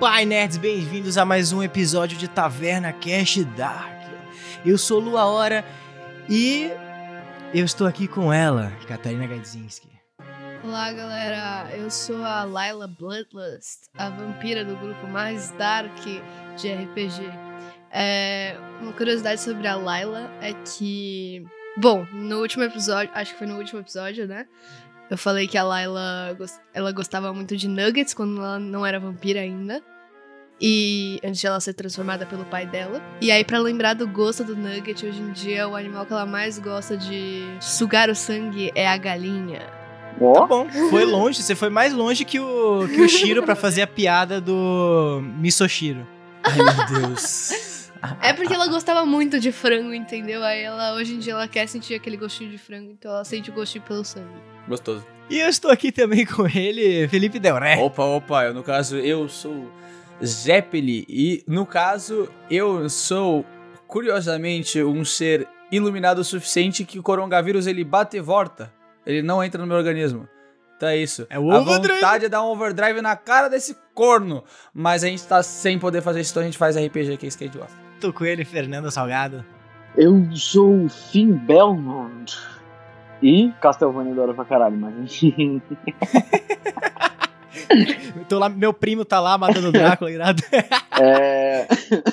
Hi nerds, bem-vindos a mais um episódio de Taverna Cash Dark. Eu sou Lua Hora e eu estou aqui com ela, Catarina Gadzinski. Olá, galera. Eu sou a Layla Bloodlust, a vampira do grupo mais dark de RPG. É, uma curiosidade sobre a Layla é que, bom, no último episódio, acho que foi no último episódio, né? Eu falei que a Layla gos- ela gostava muito de nuggets quando ela não era vampira ainda. E antes de ela ser transformada pelo pai dela. E aí, pra lembrar do gosto do nugget, hoje em dia o animal que ela mais gosta de sugar o sangue é a galinha. Tá Ó, bom, foi longe, você foi mais longe que o, que o Shiro pra fazer a piada do Misoshiro. Ai meu Deus. É porque ela gostava muito de frango, entendeu? Aí ela hoje em dia ela quer sentir aquele gostinho de frango, então ela sente o gostinho pelo sangue. Gostoso. E eu estou aqui também com ele, Felipe Del Rey. Opa, opa, eu, no caso eu sou Zeppeli e no caso eu sou curiosamente um ser iluminado o suficiente que o coronavírus ele bate e volta. Ele não entra no meu organismo. Então é isso. É o a overdrive. vontade é dar um overdrive na cara desse corno. Mas a gente tá sem poder fazer isso, então a gente faz RPG, que é isso que a gente gosta. Tô com ele, Fernando Salgado. eu sou o Finn Belmont. E Castlevania adora pra caralho, mas enfim. Eu Tô lá, meu primo tá lá matando o Drácula, irado. É.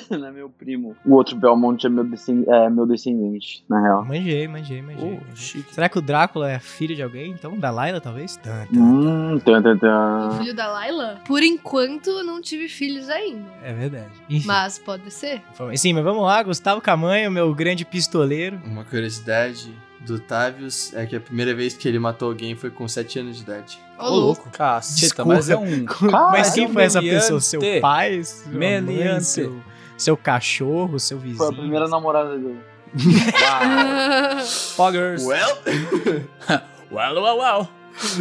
Não é meu primo. O outro Belmont é meu, descen- é meu descendente, na real. Manjei, manjei, manjei. Oh, manjei. chique. Será que o Drácula é filho de alguém? Então, da Layla, talvez? tá. Tan, tan. Hum, tan, tan, O tan. filho da Layla? Por enquanto eu não tive filhos ainda. É verdade. Enfim, Mas pode ser. sim, mas vamos lá. Gustavo Camanho, meu grande pistoleiro. Uma curiosidade do Tavius é que a primeira vez que ele matou alguém foi com 7 anos de idade. Ô, louco. Caceta, mas é um... mas quem foi essa pessoa? Seu meliante. pai? Sua mãe, Meliante. seu, seu cachorro? Seu vizinho? Foi a primeira namorada dele. Uau. Poggers. Well? well, well, well.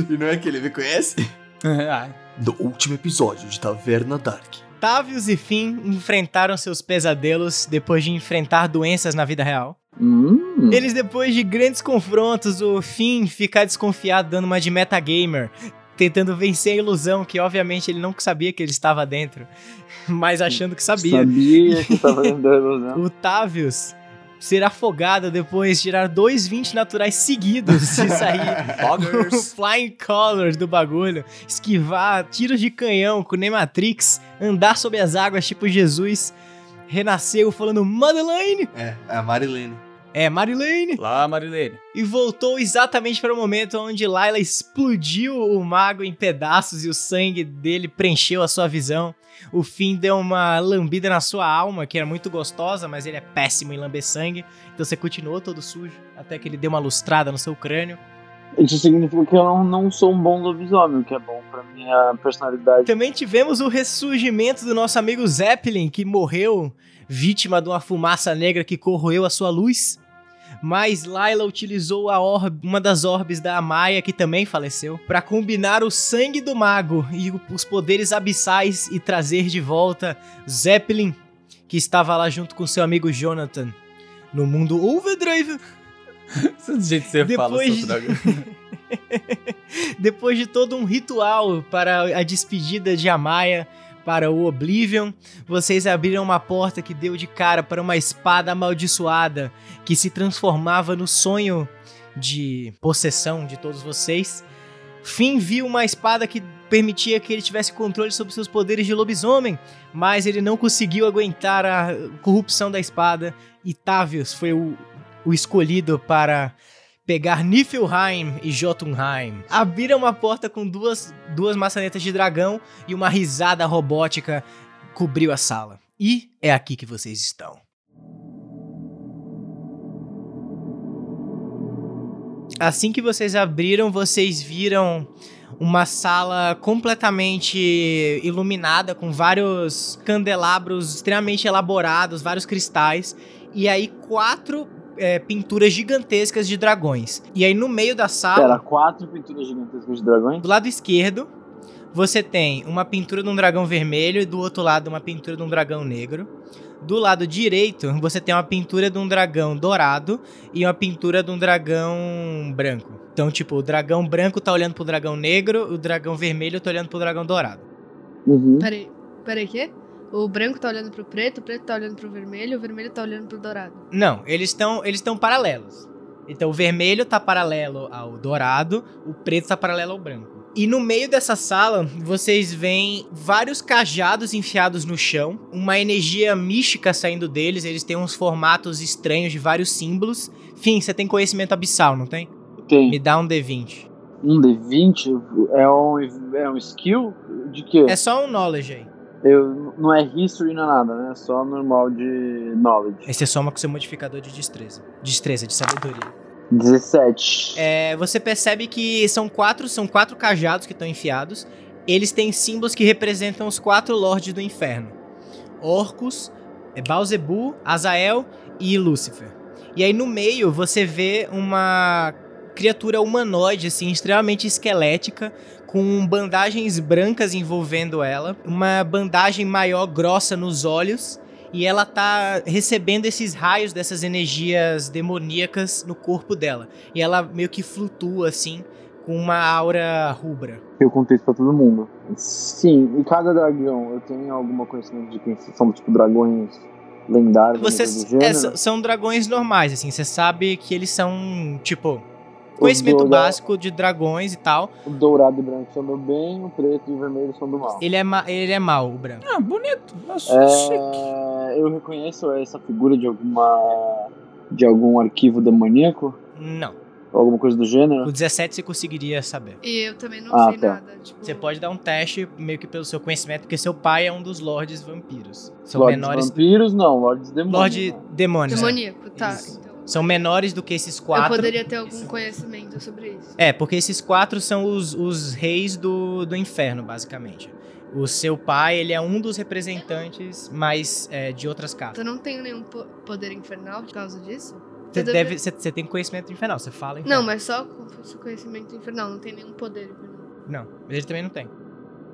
e não é que ele me conhece? Ah, Do último episódio de Taverna Dark. Távios e Finn enfrentaram seus pesadelos depois de enfrentar doenças na vida real. Hum. Eles, depois de grandes confrontos, o Finn fica desconfiado, dando uma de metagamer, tentando vencer a ilusão que, obviamente, ele não sabia que ele estava dentro, mas achando que sabia. Sabia que tava né? dentro da ilusão. O Tavius ser afogado depois de tirar dois 20 naturais seguidos e sair. com o Poggers. Flying Colors do bagulho, esquivar tiros de canhão com Nematrix, andar sobre as águas tipo Jesus, renasceu falando Madeline! É, a Marilene. É, Marilene! Lá, Marilene. e voltou exatamente para o momento onde Layla explodiu o mago em pedaços e o sangue dele preencheu a sua visão. O Finn deu uma lambida na sua alma, que era muito gostosa, mas ele é péssimo em lamber sangue, então você continuou todo sujo, até que ele deu uma lustrada no seu crânio. Isso significa que eu não, não sou um bom lobisomem, o que é bom pra minha personalidade. Também tivemos o ressurgimento do nosso amigo Zeppelin, que morreu vítima de uma fumaça negra que corroeu a sua luz. Mas Layla utilizou a orbe- uma das orbes da Amaya, que também faleceu, para combinar o sangue do mago e o- os poderes abissais e trazer de volta Zeppelin, que estava lá junto com seu amigo Jonathan. No mundo Overdrive, Do jeito que você fala, Depois seu droga. depois de todo um ritual para a despedida de Amaya para o Oblivion, vocês abriram uma porta que deu de cara para uma espada amaldiçoada que se transformava no sonho de possessão de todos vocês. Finn viu uma espada que permitia que ele tivesse controle sobre seus poderes de lobisomem, mas ele não conseguiu aguentar a corrupção da espada e Tavius foi o, o escolhido para pegar Niflheim e Jotunheim. Abriram uma porta com duas, duas maçanetas de dragão e uma risada robótica cobriu a sala. E é aqui que vocês estão. Assim que vocês abriram, vocês viram uma sala completamente iluminada com vários candelabros extremamente elaborados, vários cristais, e aí quatro é, pinturas gigantescas de dragões. E aí no meio da sala, Pera, quatro pinturas gigantescas de dragões? do lado esquerdo, você tem uma pintura de um dragão vermelho e do outro lado uma pintura de um dragão negro. Do lado direito, você tem uma pintura de um dragão dourado e uma pintura de um dragão branco. Então, tipo, o dragão branco tá olhando pro dragão negro, o dragão vermelho tá olhando pro dragão dourado. Uhum. Peraí, Peraí, quê? O branco tá olhando pro preto, o preto tá olhando pro vermelho, o vermelho tá olhando pro dourado. Não, eles estão eles estão paralelos. Então o vermelho tá paralelo ao dourado, o preto tá paralelo ao branco. E no meio dessa sala, vocês veem vários cajados enfiados no chão, uma energia mística saindo deles, eles têm uns formatos estranhos de vários símbolos. Fim, você tem conhecimento abissal, não tem? Me Tem dá um D20. um D20, é um, é um skill de quê? É só um knowledge aí. Eu, não é history, não é nada, né? É só normal de knowledge. Aí você soma é com seu modificador de destreza. Destreza, de sabedoria. 17. É, você percebe que são quatro, são quatro cajados que estão enfiados. Eles têm símbolos que representam os quatro lordes do inferno: Orcus, é, Baalzebu, Azael e Lúcifer. E aí no meio você vê uma criatura humanoide, assim, extremamente esquelética, com bandagens brancas envolvendo ela, uma bandagem maior, grossa nos olhos, e ela tá recebendo esses raios dessas energias demoníacas no corpo dela e ela meio que flutua assim com uma aura rubra. Eu contei isso pra todo mundo. Sim, e cada dragão, eu tenho alguma conhecimento de quem são, tipo, dragões lendários? alguma Vocês coisa do é, gênero? são- são dragões normais, assim, você sabe que eles são tipo conhecimento dourado- básico de dragões e tal. O dourado e branco são do bem, o preto e o vermelho são do mal. Ele é ma- ele é mal, o branco. Ah, bonito. Nossa, chique. É, eu reconheço essa figura de alguma. de algum arquivo demoníaco? Não. Ou alguma coisa do gênero? O 17 você conseguiria saber. E eu também não Ah, sei tá. nada. Tipo, Você pode dar um teste meio que pelo seu conhecimento, porque seu pai é um dos lordes vampiros. São Lordes menores vampiros, não, Lordes demônios. Lorde né? demônios. é. Demoníaco, tá. Isso. Então, São menores do que esses quatro. eu poderia ter algum Isso. conhecimento sobre isso. É, porque esses quatro são os, os reis do, do inferno, basicamente. O seu pai, ele é um dos representantes, mas é, de outras Então castas. eu não tenho nenhum po- poder infernal por causa disso? Você Eu deve- deve, você, você tem conhecimento infernal, você fala infernal. Não, mas só com esse conhecimento infernal, não tem nenhum poder infernal. Não, ele também não tem.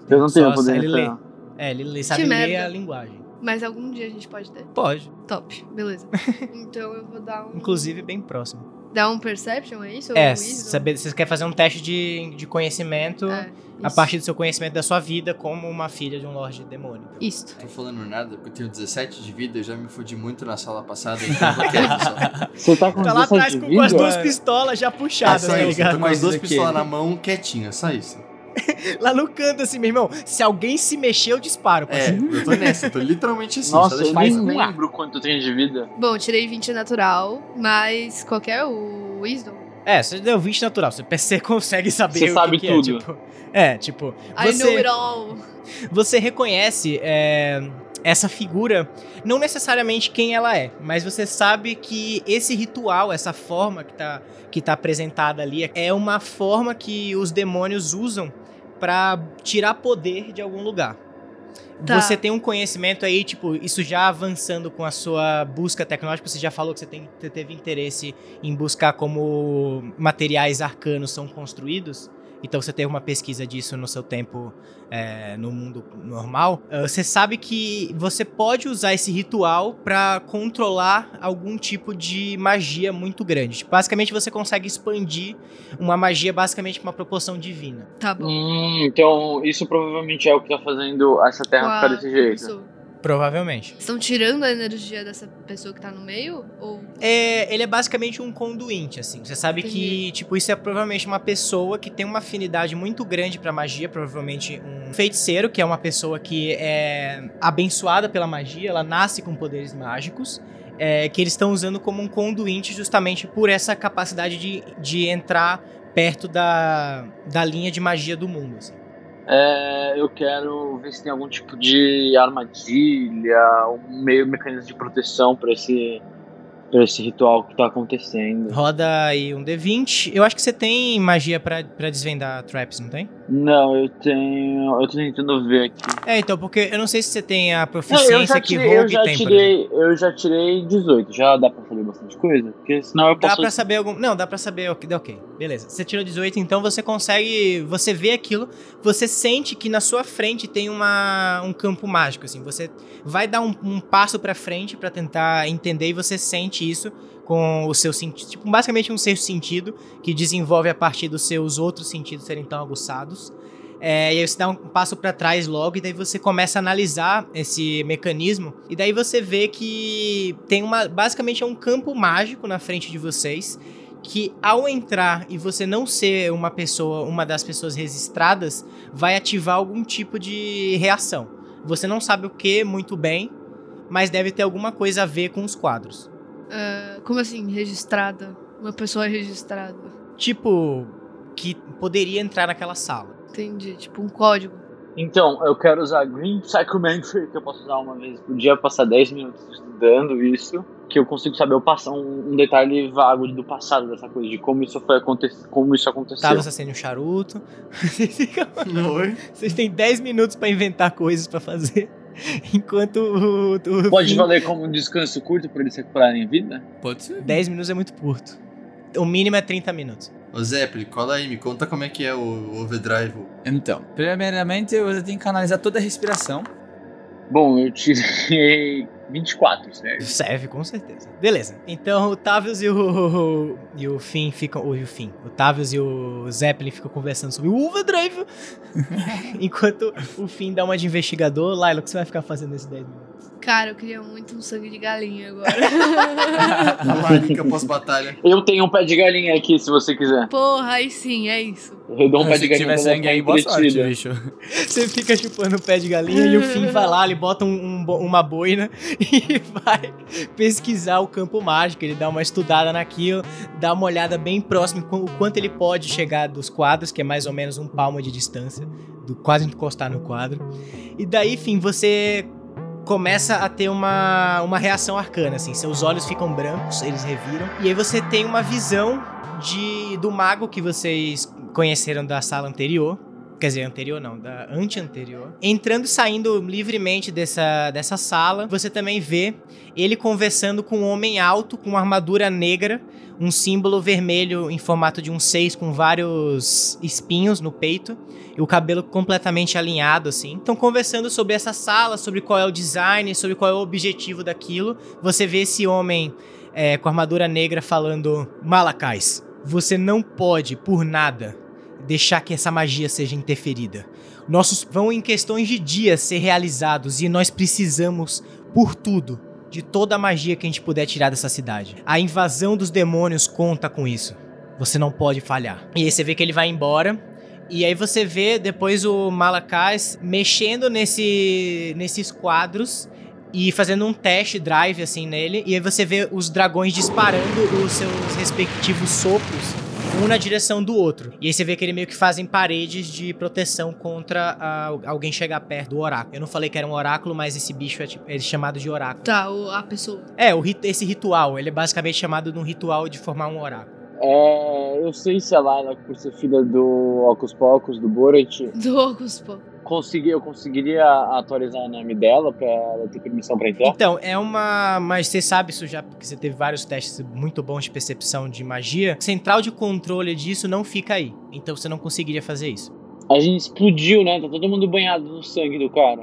Eu não tenho Só- só poder ele lê. infernal. É, ele lê- sabe Que ler merda. a linguagem. Mas algum dia a gente pode ter. Pode, Top, beleza. então eu vou dar um. inclusive bem próximo. Dar um perception, é isso? Ou É, um wisdom? saber, você quer fazer um teste de, de conhecimento É, a isso. partir do seu conhecimento da sua vida como uma filha de um lorde demônio. Isto. Tô falando nada, porque eu tenho 17 de vida, eu já me fudi muito na sala passada, então eu vou quieto só. Você tá com Tá lá 17 atrás de com, com vida? as duas É. pistolas já puxadas, É só tá isso, ligado? tô com as duas Daquele. pistolas na mão, quietinho, é só isso. Lá no canto, assim, meu irmão. Se alguém se mexer, eu disparo. É, parceiro. eu tô nessa, eu tô literalmente assim, só Nossa, eu deixa nem eu um lá. lembro quanto eu tenho de vida. Bom, tirei 20 natural, mas qualquer o wisdom. É, você deu 20 natural. Você, você consegue saber Você o sabe que, tudo. que é. Tipo, é, tipo, I know você, it all. você reconhece é, essa figura, não necessariamente quem ela é, mas você sabe que esse ritual, essa forma que tá, que tá apresentada ali, é uma forma que os demônios usam pra tirar poder de algum lugar. Tá. Você tem um conhecimento aí, tipo, isso já avançando com a sua busca tecnológica, você já falou que você, tem, você teve interesse em buscar como materiais arcanos são construídos. Então você teve uma pesquisa disso no seu tempo é, no mundo normal. Ah, Você sabe que você pode usar esse ritual pra controlar algum tipo de magia muito grande. Basicamente você consegue expandir uma magia basicamente pra uma proporção divina. Tá bom. Hum, então isso provavelmente é o que tá fazendo essa Com terra a ficar desse jeito. pessoa. Provavelmente. Estão tirando a energia dessa pessoa que tá no meio? Ou. É, ele é basicamente um conduinte, assim. Você sabe que, tipo, isso é provavelmente uma pessoa que tem uma afinidade muito grande pra magia, provavelmente um feiticeiro, que é uma pessoa que é abençoada pela magia, ela nasce com poderes mágicos, é, que eles estão usando como um conduinte justamente por essa capacidade de, de entrar perto da, da linha de magia do mundo, assim. É, eu quero ver se tem algum tipo de armadilha, um meio mecanismo de proteção pra esse, pra esse ritual que tá acontecendo. Roda aí um D20. Eu acho que você tem magia pra pra desvendar traps, não tem? Não, eu tenho. Eu tô tentando ver aqui. É, então, porque eu não sei se você tem a Não, eu proficiência já que tirei, eu Rogue já tem, por exemplo. tirei, eu já tirei 18, já dá pra fazer bastante coisa, porque senão eu Dá posso. pra saber algum. Não, dá pra saber. Ok, ok, beleza. Você tirou 18, então você consegue. Você vê aquilo, você sente que na sua frente tem uma, um campo mágico, assim. Você vai dar um, um passo pra frente pra tentar entender e você sente isso com o seu sentido. Tipo, basicamente um sexto sentido que desenvolve a partir dos seus outros sentidos serem tão aguçados. É, e aí você dá um passo pra trás logo, e daí você começa a analisar esse mecanismo. E daí você vê que tem uma. Basicamente é um campo mágico na frente de vocês. Que ao entrar e você não ser uma pessoa, uma das pessoas registradas, vai ativar algum tipo de reação. Você não sabe o que muito bem, mas deve ter alguma coisa a ver com os quadros. Ah, como assim, registrada? Uma pessoa registrada. Tipo, que poderia entrar naquela sala. Entendi. Tipo, um código. Então, eu quero usar Green Psychometry, que eu posso usar uma vez por dia, passar 10 minutos estudando isso, que eu consigo saber o passo, um, um detalhe vago do passado dessa coisa, de como isso, foi aconte como Tá, isso aconteceu. Tava acende um charuto. Vocês ficam- Oi? Vocês têm 10 minutos pra inventar coisas pra fazer. Enquanto o. o- o Pode fim- valer como um descanso curto pra eles recuperarem vida? Pode ser. 10 minutos é muito curto. O mínimo é 30 minutos. Ô Zeppelin, cola aí, me conta como é que é o overdrive. Então, primeiramente você tem que analisar toda a respiração. Bom, eu tirei 24, certo? Serve, com certeza. Beleza. Então o Tavius e o. E o Finn ficam. Ou, e o Finn. O Tavius e o Zeppelin ficam conversando sobre o Overdrive. enquanto o Finn dá uma de investigador. Laila, o que você vai ficar fazendo nesses 10 minutos? Cara, eu queria muito um sangue de galinha agora. Marca pós-batalha. Eu tenho um pé de galinha aqui, se você quiser. Porra, aí sim, é isso. Eu dou um pé de Se galinha tiver pra ela sangue aí, ficar boa sorte, entretida. bicho. Você fica chupando o pé de galinha e o Finn vai lá, ele bota um- um bo- uma boina e vai pesquisar o campo mágico. Ele dá uma estudada naquilo, dá uma olhada bem próximo em qu- o quanto ele pode chegar dos quadros, que é mais ou menos um palmo de distância, do quase encostar no quadro. E daí, Finn, você começa a ter uma, uma reação arcana, assim. Seus olhos ficam brancos, eles reviram. E aí você tem uma visão de do mago que vocês conheceram da sala anterior. Quer dizer, anterior não, da anteanterior. Entrando e saindo livremente dessa, dessa sala, você também vê ele conversando com um homem alto com uma armadura negra, um símbolo vermelho em formato de um seis com vários espinhos no peito e o cabelo completamente alinhado, assim. Estão conversando sobre essa sala, sobre qual é o design, sobre qual é o objetivo daquilo. Você vê esse homem é, com a armadura negra falando: Malacais, você não pode, por nada, deixar que essa magia seja interferida. Nossos vão em questões de dias ser realizados e nós precisamos, por tudo, de toda a magia que a gente puder tirar dessa cidade. A invasão dos demônios conta com isso. Você não pode falhar. E aí você vê que ele vai embora. E aí você vê depois o Malakaz mexendo nesse, nesses quadros e fazendo um test drive assim nele. E aí você vê os dragões disparando os seus respectivos sopros, um na direção do outro. E aí você vê que ele meio que fazem paredes de proteção contra ah, alguém chegar perto do oráculo. Eu não falei que era um oráculo, mas esse bicho é, tipo- é chamado de oráculo. Tá, o, a pessoa. É, o rit- esse ritual, ele é basicamente chamado de um ritual de formar um oráculo. É, eu sei se a Laila, por ser filha do Ocus Pocus, do Borat, Do Ocus, pô. consegui, eu conseguiria atualizar o nome dela pra ela ter permissão pra entrar. Então, é uma. Mas você sabe isso já, porque você teve vários testes muito bons de percepção de magia. Central de controle disso não fica aí. Então você não conseguiria fazer isso. A gente explodiu, né? Tá todo mundo banhado no sangue do cara.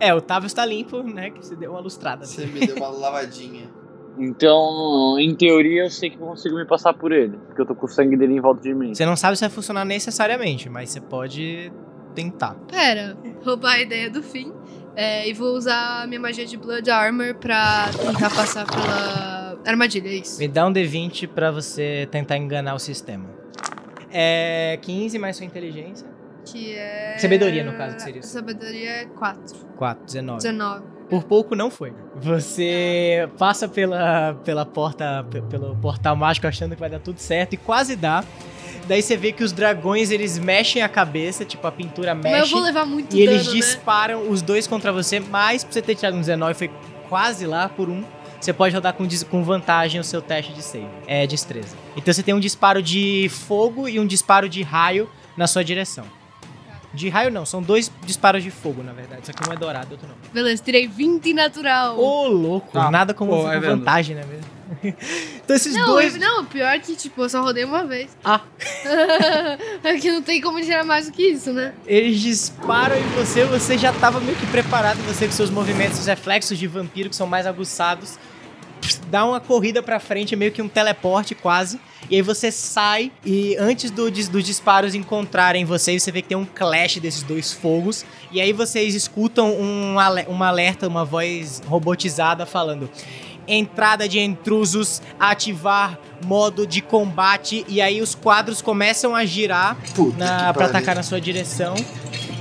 é, o Otávio está limpo, né? Que você deu uma lustrada. Você me deu uma lavadinha. Então, em teoria, eu sei que eu consigo me passar por ele. Porque eu tô com o sangue dele em volta de mim. Você não sabe se vai funcionar necessariamente, mas você pode tentar. Pera, roubar a ideia do fim. é, e vou usar a minha magia de Blood Armor pra tentar passar pela armadilha, é isso. Me dá um D20 pra você tentar enganar o sistema. É. 15 mais sua inteligência. Que é. Sabedoria, no caso, que seria isso. Sabedoria é 4. 4, 19. 19. Por pouco não foi. Você passa pela, pela porta, pe- pelo portal mágico achando que vai dar tudo certo e quase dá. Daí você vê que os dragões eles mexem a cabeça, tipo a pintura mexe. Mas Então eu vou levar muito e eles dano, né? disparam os dois contra você, mas pra você ter tirado um 19 foi quase lá por um. Você pode rodar com, des- com vantagem o seu teste de save. É destreza. Então você tem um disparo de fogo e um disparo de raio na sua direção. De raio não, são dois disparos de fogo, na verdade. Só que um é dourado, outro não. Beleza, tirei 20 natural. Ô, louco. Tá. Nada como Pô, ficar vai com vendo. vantagem, né? mesmo? então esses não, dois... eu- não, pior que, tipo, eu só rodei uma vez. Ah. é que não tem como tirar mais do que isso, né? Eles disparam em você, você já tava meio que preparado, você com seus movimentos, seus reflexos de vampiro que são mais aguçados. dá uma corrida pra frente, meio que um teleporte quase. E aí você sai e antes do, dis- dos disparos encontrarem vocês, você vê que tem um clash desses dois fogos. E aí vocês escutam um, ale- um alerta, uma voz robotizada falando... Entrada de intrusos, ativar modo de combate. E aí os quadros começam a girar Puta na, que pra pariu. atacar na sua direção.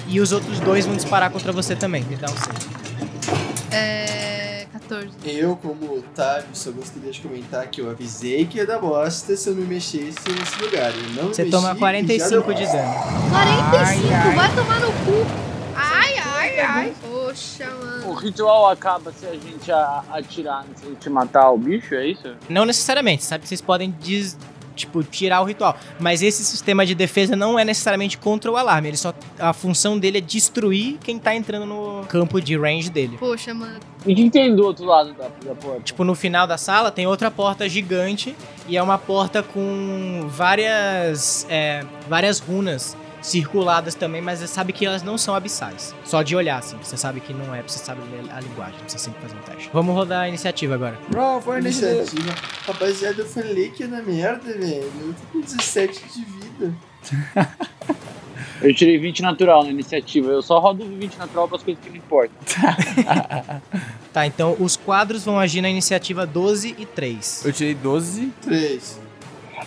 E os outros dois vão disparar contra você também. Me dá um save. É. 14. Eu, como Otávio, só gostaria de comentar que eu avisei que ia dar bosta se eu me mexesse nesse lugar. Eu não Você mexi toma e 45 já de deu dano. 45! Ai, ai. Vai tomar no cu! Ai, ai, ai! Poxa, mano. O ritual acaba se a gente a- atirar, se a gente matar o bicho, é isso? Não necessariamente, sabe? Vocês podem des- tipo, tirar o ritual. Mas esse sistema de defesa não é necessariamente contra o alarme. Ele só. A função dele é destruir quem tá entrando no campo de range dele. Poxa, mano. E quem tem do outro lado da, da porta? Tipo, no final da sala tem outra porta gigante e é uma porta com várias. é, várias runas circuladas também, mas você sabe que elas não são abissais. Só de olhar, assim. Você sabe que não é, você sabe ler a linguagem, você sempre faz um teste. Vamos rodar a iniciativa agora. Roll for initiative. Iniciativa. Rapaziada, eu falei que ia na merda, velho. Eu tô com 17 de vida. Eu tirei 20 natural na iniciativa. Eu só rodo 20 natural para as coisas que não importam. Tá, então os quadros vão agir na iniciativa 12 e 3. Eu tirei 12. 3.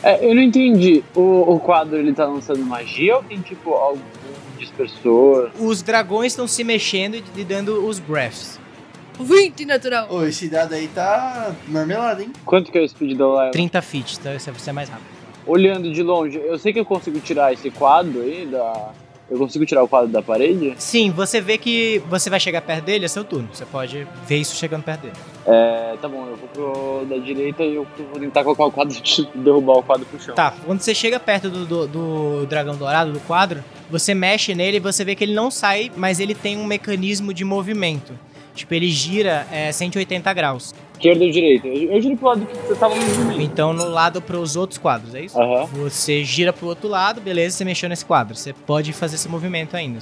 É, eu não entendi. O, o quadro ele tá lançando magia ou tem tipo algum dispersor? Os dragões estão se mexendo e dando os breaths. 20 natural. Ô, esse dado aí tá marmelada, hein? Quanto que é o speed da Laila? 30 feet, tá? Você você é mais rápido. Olhando de longe, eu sei que eu consigo tirar esse quadro aí da. Eu consigo tirar o quadro da parede? Sim, você vê que você vai chegar perto dele, é seu turno. Você pode ver isso chegando perto dele. É, tá bom, eu vou pro da direita e eu vou tentar colocar o quadro, tipo, derrubar o quadro pro chão. Tá, quando você chega perto do, do, do dragão dourado, do quadro, você mexe nele e você vê que ele não sai, mas ele tem um mecanismo de movimento. Tipo, ele gira é, 180 graus. Esquerda ou direita? Eu, eu giro pro lado que você tava no movimento. Então, no lado pros outros quadros, é isso? Aham. Você gira pro outro lado, beleza, você mexeu nesse quadro. Você pode fazer esse movimento ainda.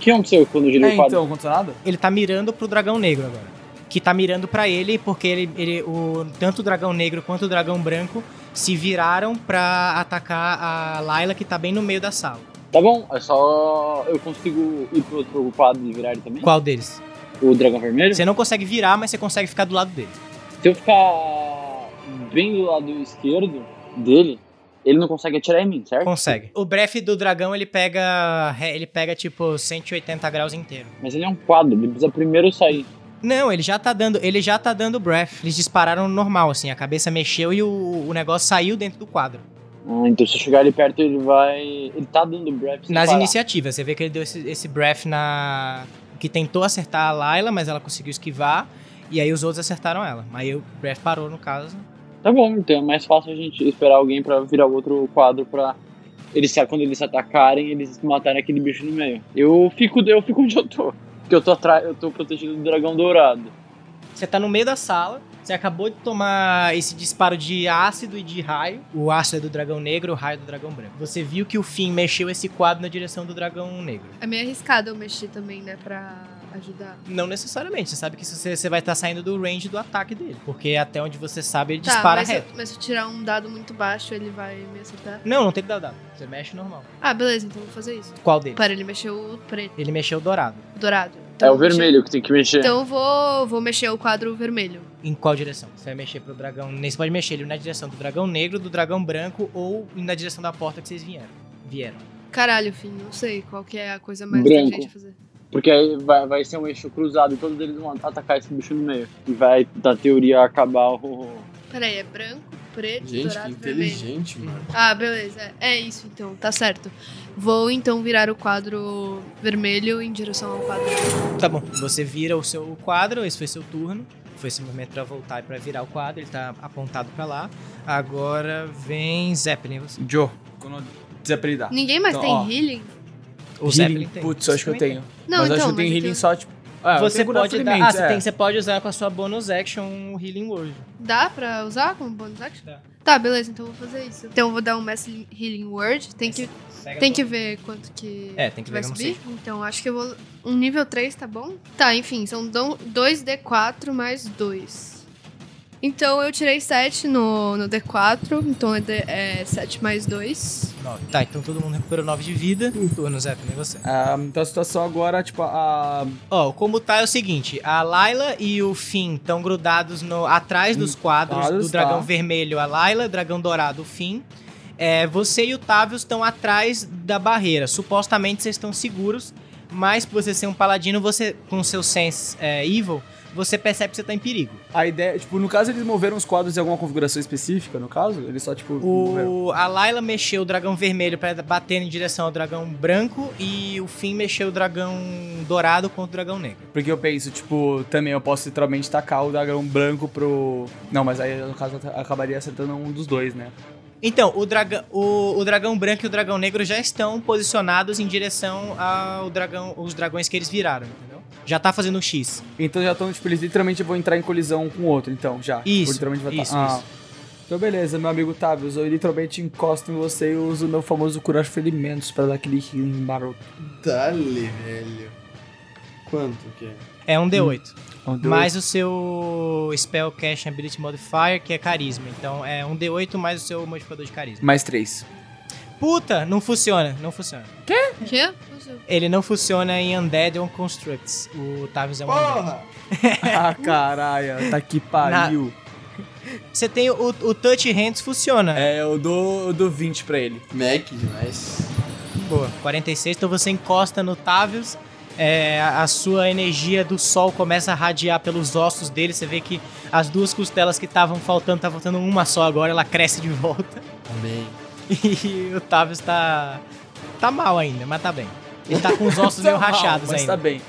que é um seu quando eu É, girei o quadro? então, condicionado? Ele tá mirando pro dragão negro agora. Que tá mirando pra ele, porque ele, ele- o, tanto o dragão negro quanto o dragão branco se viraram pra atacar a Layla, que tá bem no meio da sala. Tá bom, é só. Eu consigo ir pro outro quadro e virar ele também? Qual deles? O dragão vermelho? Você não consegue virar, mas você consegue ficar do lado dele. Se eu ficar bem do lado esquerdo dele, ele não consegue atirar em mim, certo? Consegue. O breath do dragão, ele pega. ré- Ele pega tipo 180 graus inteiro. Mas ele é um quadro, ele precisa primeiro sair. Não, ele já tá dando. Ele já tá dando breath. Eles dispararam normal, assim. A cabeça mexeu e o, o negócio saiu dentro do quadro. Ah, então se eu chegar ali perto, ele vai. Ele tá dando breath. sem Nas parar. iniciativas, você vê que ele deu esse, esse breath na. Que tentou acertar a Layla, mas ela conseguiu esquivar. E aí os outros acertaram ela. Aí o breath parou, no caso. Tá bom, então é mais fácil a gente esperar alguém pra virar outro quadro pra. Eles, se- quando eles se atacarem, eles matarem aquele bicho no meio. Eu fico, eu fico onde eu tô. Porque eu tô atrás, eu tô protegido do dragão dourado. Você tá no meio da sala, você acabou de tomar esse disparo de ácido e de raio. O ácido é do dragão negro, o raio é do dragão branco. Você viu que o Finn mexeu esse quadro na direção do dragão negro. É meio arriscado eu mexer também, né? Pra ajudar. Não necessariamente, você sabe que você, você vai estar saindo do range do ataque dele. Porque até onde você sabe, ele Tá, dispara mas, reto. se- mas se eu tirar um dado muito baixo, ele vai me acertar. Não, não tem que dar dado. Você mexe normal. Ah, beleza, então eu vou fazer isso. Qual dele? Pera, ele mexeu o preto, Ele mexeu o dourado. o dourado. é Então o eu vou mexer- vermelho que tem que mexer. Então eu vou, vou mexer o quadro vermelho. Em qual direção? Você vai mexer pro dragão. nem- Você pode mexer ele na direção do dragão negro, do dragão branco ou na direção da porta que vocês vieram. Vieram. Caralho, fim, não sei qual que é a coisa mais Branco. inteligente a fazer. Porque aí vai, vai ser um eixo cruzado e todos eles vão atacar esse bicho no meio. E vai, na teoria, acabar o. Peraí, é branco, preto, Gente, que É dourado, vermelho. inteligente, mano. Ah, beleza. É isso então, tá certo. Vou então virar o quadro vermelho em direção ao quadro. Tá bom. Você vira o seu quadro, esse foi seu turno. Foi esse movimento pra voltar e pra virar o quadro, ele tá apontado pra lá. Agora vem Zeppelin. você. Joe. Quando desapelidar. Ninguém mais Então, tem ó. healing? O Zeppelin tem. Putz, eu acho que eu Também tenho. Não, mas eu então, acho que eu tenho mas healing só, tipo. Ah, eu Você tenho cura pode dar. Ah, ferimentos, você, é. tem, você pode usar com a sua bonus action o Healing Word. Dá pra usar como bonus action? Dá. Tá, beleza, então eu vou fazer isso. Então eu vou dar um Mass Healing Word. Tem que, Pega tem todo. que ver quanto que. É, tem que ver vai como subir? Então acho que eu vou. Um nível 3, tá bom? Tá, enfim, são 2D4 mais 2. Então eu tirei 7 no, no D4, então é, D, é 7 mais 2. Nove. Tá, então todo mundo recuperou 9 de vida. Uhum. Turno, Zé, nem você. Ah, então a situação agora, tipo, a. Ó, como tá é o seguinte: a Layla e o Finn estão grudados no, atrás dos quadros quadros, do dragão tá. vermelho, a Layla, dragão dourado, o Finn. É, você e o Távio estão atrás da barreira. Supostamente vocês estão seguros, mas por você ser um paladino, você, com seu sense é, evil, você percebe que você tá em perigo. A ideia, tipo, no caso eles moveram os quadros em alguma configuração específica, no caso? Eles só, tipo, moveram. O, a Layla mexeu o dragão vermelho pra bater em direção ao dragão branco e o Finn mexeu o dragão dourado contra o dragão negro. Porque eu penso, tipo, também eu posso literalmente tacar o dragão branco pro. Não, mas aí no caso eu acabaria acertando um dos dois, né? Então, o, draga, o, o dragão branco e o dragão negro já estão posicionados em direção ao dragão, os dragões que eles viraram, entendeu? Já tá fazendo um X. Então já estão, tipo, eles literalmente vão entrar em colisão um com o outro, então, já. Tipo, Isso, literalmente vai tá- isso, Ah. isso. Então beleza, meu amigo Tavius, eu literalmente encosto em você e uso o meu famoso curar ferimentos pra dar aquele healing maroto. Dale, Tá, velho. Quanto que é? É um D8. Um D8. mais o seu Spell Cash Ability Modifier, que é carisma. Então é um D8 mais o seu modificador de carisma. Mais três. Puta, não funciona, não funciona. É. Quê? Ele não funciona em Undead ou Constructs. O Tavius é um Undead. Porra! ah, caralho, tá que pariu. Você tem o, o Touch Hands funciona. É, eu dou, eu dou 20 pra ele. Mac demais. Boa. 46, então você encosta no Tavius. é, a a sua energia do sol começa a radiar pelos ossos dele. Você vê que as duas costelas que estavam faltando, tá faltando uma só agora, ela cresce de volta. Amém. E o Tavius tá. tá mal ainda, mas tá bem. Ele tá com os ossos meio Tá mal, rachados mas ainda. tá bem.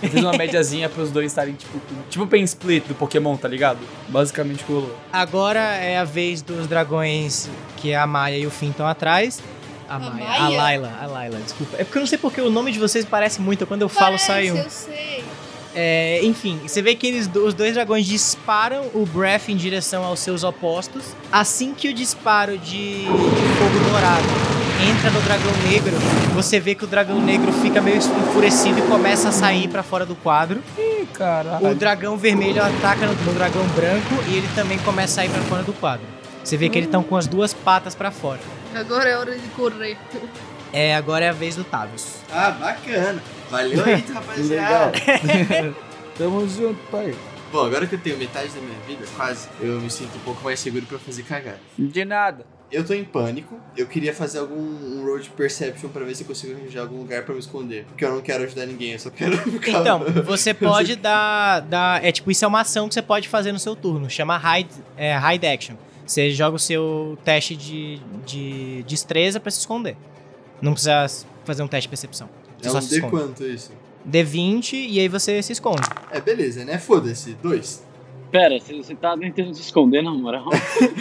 Eu fiz uma médiazinha pros dois estarem tipo. Tipo o Pen Split do Pokémon, tá ligado? Basicamente rolou. Agora é a vez dos dragões que é a Maia e o Finn estão atrás. A, A Maia. A Maia? Layla, a Layla, desculpa. É porque eu não sei porque o nome de vocês parece muito. Quando eu falo, sai um. Eu sei. É, enfim, você vê que eles, os dois dragões disparam o Breath em direção aos seus opostos. Assim que o disparo de, de fogo dourado entra no dragão negro, você vê que o dragão negro fica meio enfurecido e começa a sair pra fora do quadro. Ih, caralho. O dragão vermelho ataca no, no dragão branco e ele também começa a ir pra fora do quadro. Você vê que eles estão com as duas patas pra fora. Agora é hora de correr. É, agora é a vez do Tavius. Ah, bacana. Valeu aí, rapaziada. Legal. Tamo junto, pai. Bom, agora que eu tenho metade da minha vida, quase, eu me sinto um pouco mais seguro pra fazer cagada. De nada. Eu tô em pânico. Eu queria fazer algum um road perception pra ver se eu consigo arranjar algum lugar pra me esconder. Porque eu não quero ajudar ninguém, eu só quero ficar. Então, você pode dar, dar. É tipo, isso é uma ação que você pode fazer no seu turno. Chama Hide, é, hide Action. Você joga o seu teste de, de destreza pra se esconder. Não precisa fazer um teste de percepção. Você é só um se D esconde. quanto isso? D20 e aí você se esconde. É, beleza, né? Foda-se. Dois. Pera, você você tá tentando se esconder, na moral. Bom,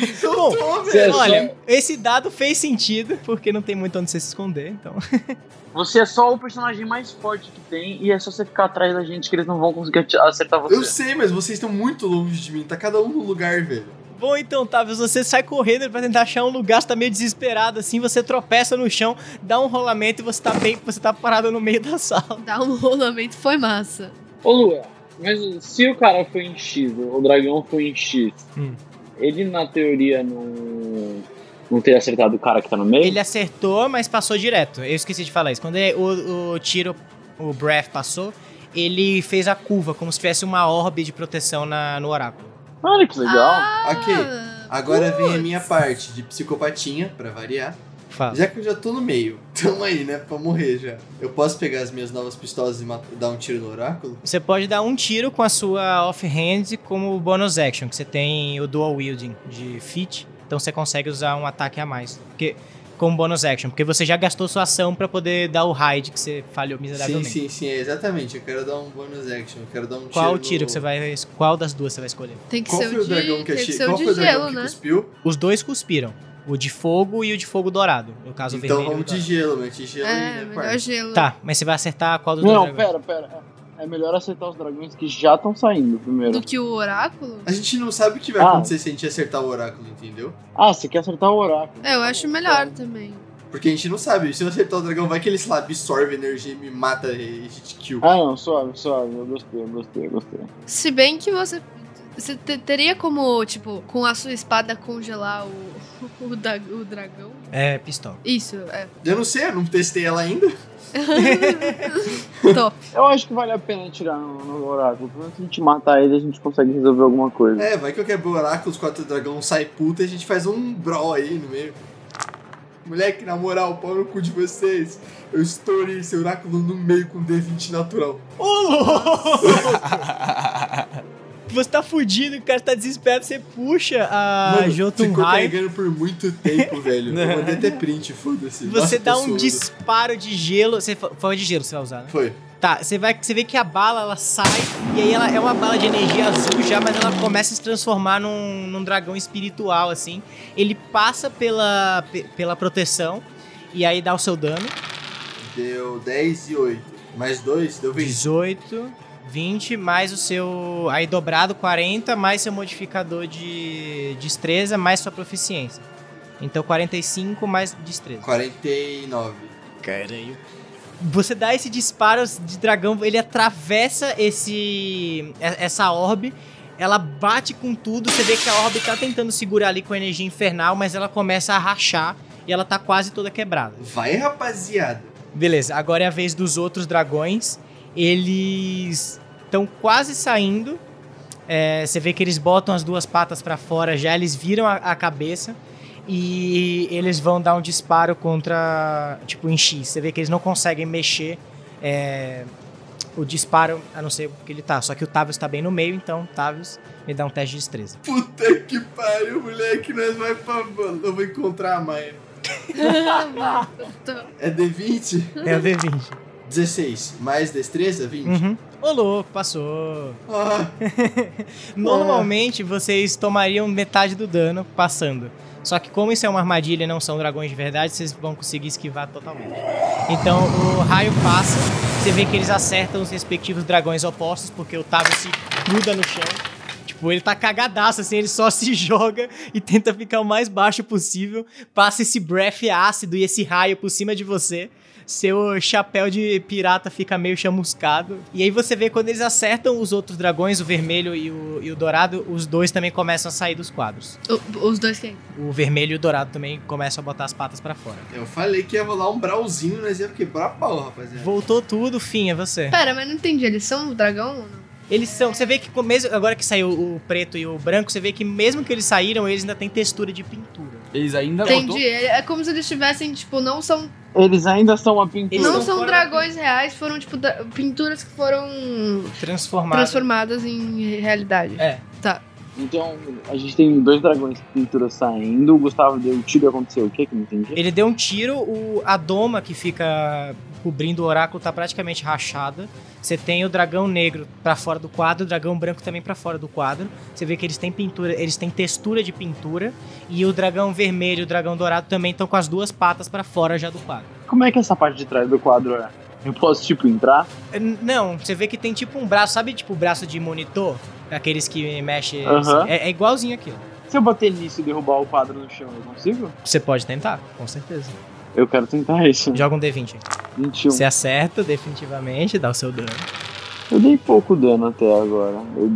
Então, Tô, É, velho. só- Olha, esse dado fez sentido, porque não tem muito onde você se esconder, então. Você é só o personagem mais forte que tem e é só você ficar atrás da gente que eles não vão conseguir ati- acertar você. Eu sei, mas vocês estão muito longe de mim. Tá cada um no lugar, velho. Bom, então, Tavius, você sai correndo pra tentar achar um lugar, você tá meio desesperado, assim, você tropeça no chão, dá um rolamento e você tá bem, você tá parado no meio da sala. Dar um rolamento foi massa. Ô Lua, mas se o cara foi em X, o dragão foi em X, Hum. ele na teoria não. não teria acertado o cara que tá no meio? Ele acertou, mas passou direto. Eu esqueci de falar isso. Quando ele- o, o tiro, o Breath passou, ele fez a curva, como se tivesse uma orbe de proteção na, no oráculo. Olha que legal. Ok. é- Ah, Agora vem a putz. minha parte de psicopatinha, pra variar. Fala. Já que eu já tô no meio, tamo aí, né? Pra morrer já. Eu posso pegar as minhas novas pistolas e mat- dar um tiro no oráculo? Você pode dar um tiro com a sua offhand como bonus action, que você tem o dual wielding de feat, então você consegue usar um ataque a mais. Porque como bonus action, porque você já gastou sua ação pra poder dar o raid que você falhou Sim, miseravelmente. sim, sim, é exatamente. Eu quero dar um bonus action. Eu quero dar um Qual o tiro. tiro que você vai, qual das duas você vai escolher? Tem que Qual ser foi o o de, dragão que tem que achei? ser o Qual foi de o dragão gelo, que né? cuspiu? Os dois cuspiram, o de fogo e o de fogo dourado, no caso o Então vermelho. e o vamos de dourado. gelo, mas de gelo É, aí, né, melhor parça? gelo. Tá, mas você vai acertar qual dos Não, dois dragões? pera, pera. É melhor acertar os dragões que já estão saindo primeiro. Do que o oráculo? A gente não sabe o que vai Ah. acontecer se a gente acertar o oráculo, entendeu? Ah, você quer acertar o oráculo. É, eu acho melhor também. Porque a gente não sabe. Se eu acertar o dragão, vai que ele, sei lá, absorve energia e me mata e hit kill. Ah, não, suave, suave. Eu gostei, eu gostei, eu gostei. Se bem que você Você te- teria como, tipo, com a sua espada congelar o, o, da- o dragão? É, pistola. Isso, é. Eu não sei, eu não testei ela ainda. Top. Eu acho que vale a pena tirar no, no oráculo. Pelo menos se a gente matar ele, a gente consegue resolver alguma coisa. É, vai que eu quebro o oráculo, os quatro dragão sai puta e a gente faz um brawl aí no meio. Moleque, na moral, pau no cu de vocês. Eu estourei esse oráculo no meio com D20 natural. Ô, louco! Você tá fudido, o cara tá desesperado, você puxa a Mano, Jotun ficou High, carregando por muito tempo, velho. Eu mandei até print, foda-se. você Nossa, dá tô um surdo. disparo de gelo. Você fa- foi de gelo que você vai usar, né? Foi. Tá, você, vai, você vê que a bala ela sai e aí ela é uma bala de energia azul já, mas ela começa a se transformar num, num dragão espiritual, assim. Ele passa pela, pe- pela proteção e aí dá o seu dano. Deu 10 e 8. Mais 2, deu 20. 18, 20, mais o seu. Aí dobrado, 40, mais seu modificador de destreza, mais sua proficiência. Então 45 mais destreza. 49. Caralho. Você dá esse disparo de dragão, ele atravessa esse e- essa orbe, ela bate com tudo, você vê que a orbe tá tentando segurar ali com a energia infernal, mas ela começa a rachar e ela tá quase toda quebrada. Vai, rapaziada. Beleza, agora é a vez dos outros dragões. Eles estão quase saindo. É, você vê que eles botam as duas patas pra fora já, eles viram a, a cabeça e eles vão dar um disparo contra, tipo, em X. Você vê que eles não conseguem mexer é, o disparo, a não ser que ele tá. Só que o Tavius tá bem no meio, então Tavius me dá um teste de destreza. Puta que pariu, moleque. Nós vai pra. Eu vou encontrar a Maia. Tô- É D20? É o D20. 16. Mais destreza? 20. Uhum. Ô louco, passou. Ah, Normalmente vocês tomariam metade do dano passando. Só que como isso é uma armadilha e não são dragões de verdade, vocês vão conseguir esquivar totalmente. Então o raio passa, você vê que eles acertam os respectivos dragões opostos, porque o Tavo se gruda no chão. Tipo, ele tá cagadaço, assim, ele só se joga e tenta ficar o mais baixo possível. Passa esse breath ácido e esse raio por cima de você. Seu chapéu de pirata fica meio chamuscado. E aí você vê quando eles acertam os outros dragões, o vermelho e o, e o dourado, os dois também começam a sair dos quadros. o- os dois quem? O vermelho e o dourado também começam a botar as patas pra fora. eu falei que ia rolar um brauzinho, nós ia quebrar a pau, rapaziada. Voltou tudo, fim, é você. Pera, mas não entendi. Eles são um dragão ou não? Eles são. Você vê que com- mesmo, agora que saiu o preto e o branco, você vê que mesmo que eles saíram, eles ainda têm textura de pintura. Eles ainda botou- Entendi. É é como se eles tivessem, tipo, não são. Eles ainda são uma pintura. Eles não são são fora da dragões reais, foram, tipo, da- pinturas que foram Transformados. transformadas em realidade. É. Então, a gente tem dois dragões de pintura saindo. O Gustavo deu um tiro e aconteceu o quê que eu não entendi? Ele deu um tiro, o, a doma que fica cobrindo o oráculo tá praticamente rachada. Você tem o dragão negro pra fora do quadro, o dragão branco também pra fora do quadro. Você vê que eles têm pintura, eles têm textura de pintura e o dragão vermelho e o dragão dourado também estão com as duas patas pra fora já do quadro. Como é que essa parte de trás do quadro é? Eu posso, tipo, entrar? Eh, Não, você vê que tem tipo um braço, sabe tipo o braço de monitor, aqueles que mexe, Aham. é, é igualzinho aquilo. Se eu bater nisso e derrubar o quadro no chão, eu consigo? Você pode tentar, com certeza. Eu quero tentar isso. Joga um D20. 21. Você acerta definitivamente, dá o seu dano. Eu dei pouco dano até agora. Eu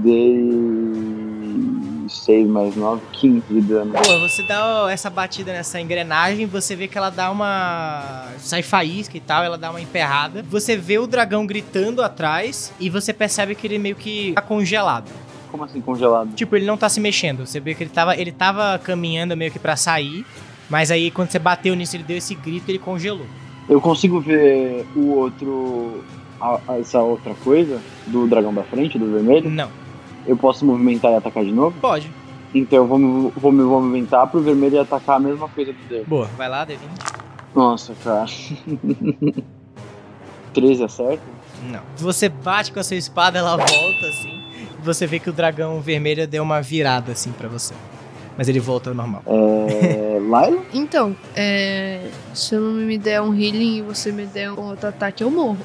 dei 6 mais 9, 15 de dano. Pô, você dá essa batida nessa engrenagem, você vê que ela dá uma. sai faísca e tal, ela dá uma emperrada. Você vê o dragão gritando atrás e você percebe que ele meio que tá congelado. Como assim congelado? Tipo, ele não tá se mexendo. Você vê que ele tava, ele tava caminhando meio que pra sair, mas aí quando você bateu nisso, ele deu esse grito e ele congelou. Eu consigo ver o outro. a- a- essa outra coisa do dragão da frente, do vermelho. Não. Eu posso movimentar e atacar de novo? Pode. Então eu vou me, vou me movimentar pro vermelho e atacar a mesma coisa do dele. Boa. Vai lá, Devin. Nossa, cara. 13 acerta? Não. Você bate com a sua espada, ela volta assim. E você vê que o dragão vermelho deu uma virada assim pra você. Mas ele volta ao normal. É. Laila? Então, é, se eu não me der um healing e você me der um outro ataque, eu morro.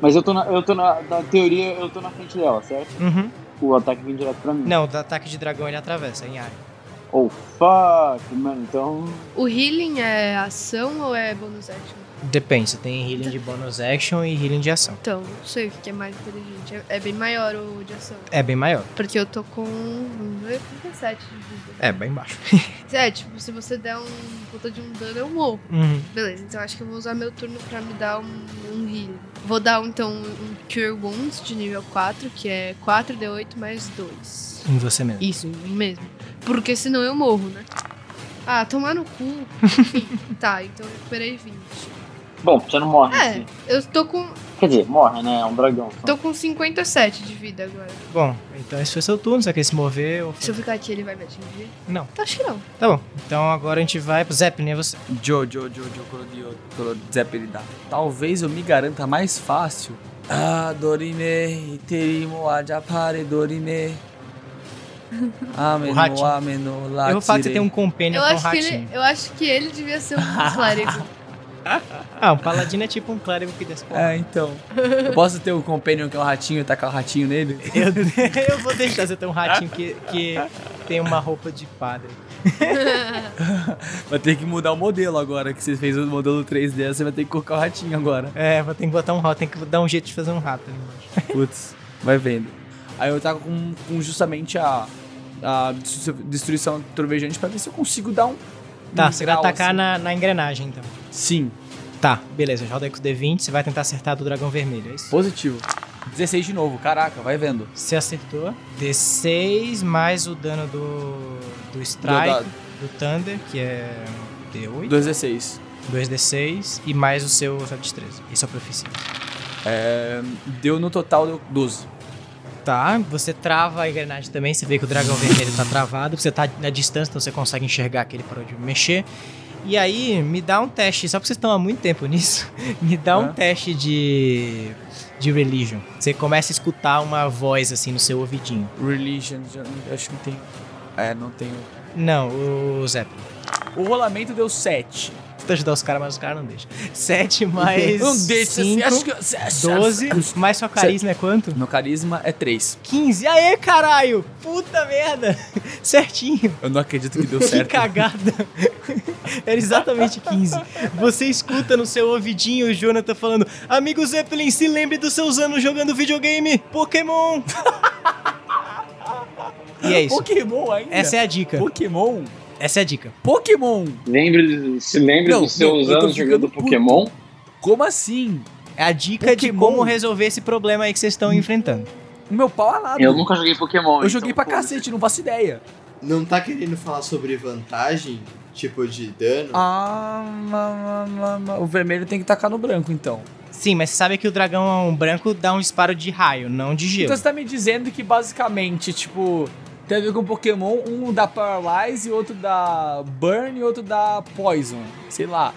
Mas eu tô na. Eu tô na, na teoria, eu tô na frente dela, certo? Uhum. O ataque vem direto pra mim. Não, do ataque de dragão ele atravessa em área. Oh fuck, mano, então. O healing é ação ou é bonus action? Depende, você tem healing de bonus action e healing de ação. Então, não sei o que que é mais inteligente. É, é bem maior o de ação. É bem maior. Porque eu tô com um 37 de vida. É, bem baixo. É, tipo, se você der um puta de um dano, eu morro. Uhum. Beleza, então acho que eu vou usar meu turno pra me dar um, um heal. Vou dar, então, um Cure Wounds de nível 4, que é 4d8 mais 2. Em você mesmo. Isso, em mim mesmo. Porque senão eu morro, né? Ah, tomar no cu. Enfim, tá, então eu recuperei 20. Bom, você não morre. É, assim. eu tô com, Quer dizer, morre, né? É um dragão. tô com 57 de vida agora. Bom, então esse foi seu turno, você quer se mover ou... Se eu ficar aqui, ele vai me atingir? Não. Tá, Acho que não. Tá bom, então agora a gente vai pro Zeppelin, é você. Joe, Joe, Joe, Joe, Colodio, Colodio, Zeppelidá. Talvez eu me garanta mais fácil. Ah, Dorime, Iterimo, Ajapare, Dorime. O Ameno, ratinho. ameno, Eu vou falar que você tem ah, latire. um companion Eu com um acho, que ratinho. ele, eu acho que ele devia ser um clérigo. Ah, um paladino é tipo um clérigo que descobre. É, então. Eu posso ter um companion que é um ratinho e tacar o ratinho nele? Eu, eu vou deixar você ter um ratinho que, que tem uma roupa de padre. Vai ter que mudar o modelo agora, que você fez o modelo 3D, você vai ter que colocar o ratinho agora. É, vou ter que botar um rato, tem que dar um jeito de fazer um rato ali embaixo. Putz, vai vendo. Aí eu tava com, com justamente a, a destru- destruição trovejante pra ver se eu consigo dar um. Tá, um você vai grau, atacar assim. na, na engrenagem, então. Sim, Tá, beleza, roda aí com o D20, você vai tentar acertar do dragão vermelho, é isso? positivo. 16 de novo, caraca, vai vendo. Você acertou. D6 mais o dano do. do Deu Strike, dado. do Thunder, que é. D8. 2 16. 2D6 e mais o seu, sua destreza. Isso é proficiência. É, deu no total deu 12. Tá, você trava a engrenagem também, você vê que o dragão vermelho tá travado, você tá na distância, então você consegue enxergar que ele parou de mexer. E aí, me dá um teste, só porque vocês estão há muito tempo nisso, me dá um É. teste de. de religion. Você começa a escutar uma voz assim no seu ouvidinho. Religion, já- eu acho que não tem. É, não tenho. Não, o Zé. O rolamento deu 7. Tenta ajudar os caras, mas os caras não deixam. 7 mais. não deixa assim, cinco, acho que. 12, mais sua carisma é quanto? No carisma é 3. 15. Aê, caralho! Puta merda! Certinho. Eu não acredito que deu Que certo. cagada. Era exatamente 15. Você escuta no seu ouvidinho o Jonathan falando: Amigo Zeppelin, se lembre dos seus anos jogando videogame Pokémon! e é isso. Pokémon ainda? Essa é a dica. Pokémon? Essa é a dica. Pokémon? Lembre, se lembre Não, dos seus não, eu tô anos ficando jogando puto. Pokémon. Como assim? É a dica de Pokémon? como resolver esse problema aí que vocês estão enfrentando. O meu pau é alado. Eu nunca joguei Pokémon. Ah, Eu joguei então, pra cacete, não faço ideia. Não tá querendo falar sobre vantagem, tipo de dano? Ah, ma- ma- ma- ma- o vermelho tem que tacar no branco, então. Sim, mas você sabe que o dragão branco dá um disparo de raio, não de gelo. Então você tá me dizendo que basicamente, tipo, tem a ver com Pokémon, um dá Paralyze, outro dá Burn e outro dá Poison. Sei lá.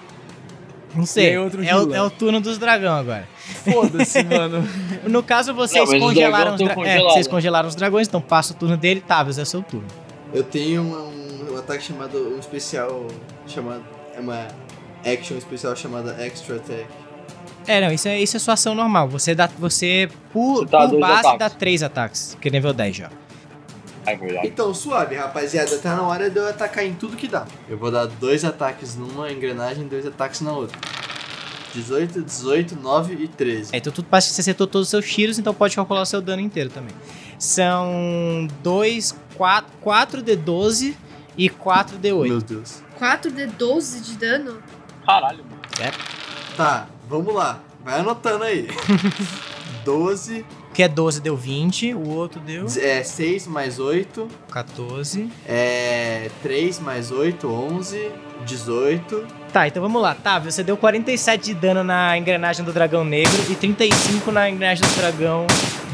Não sei. E aí outro é, o, gila. é o turno dos dragão agora. Foda-se, mano. No caso, vocês Não, mas os congelaram dragão os tão dra- é, congelados. vocês congelaram os dragões, então passa o turno dele, Tavius, é seu turno. Eu tenho um, um- um ataque chamado. um especial chamado. É uma action especial chamada Extra Attack. É, não, isso é, isso é sua ação normal. Você dá. Você, por, Você dá por dois base, ataques. dá três ataques, que é nível 10 já. É verdade. Então, suave, rapaziada, tá na hora de eu atacar em tudo que dá. Eu vou dar dois ataques numa engrenagem e dois ataques na outra. 18, 18, 9 e 13. É, então tudo passa que você acertou todos os seus tiros, então pode calcular o seu dano inteiro também. São 2, 4, 4D12 e 4D8. Meu Deus. 4d12 de dano? Caralho, mano. Tá, vamos lá. Vai anotando aí. 12, Que é 12 deu 20, o outro deu é, 6 mais 8, 14. é, 3 mais 8, 11, 18. Tá, então vamos lá. Tá, você deu 47 de dano na engrenagem do dragão negro e 35 na engrenagem do dragão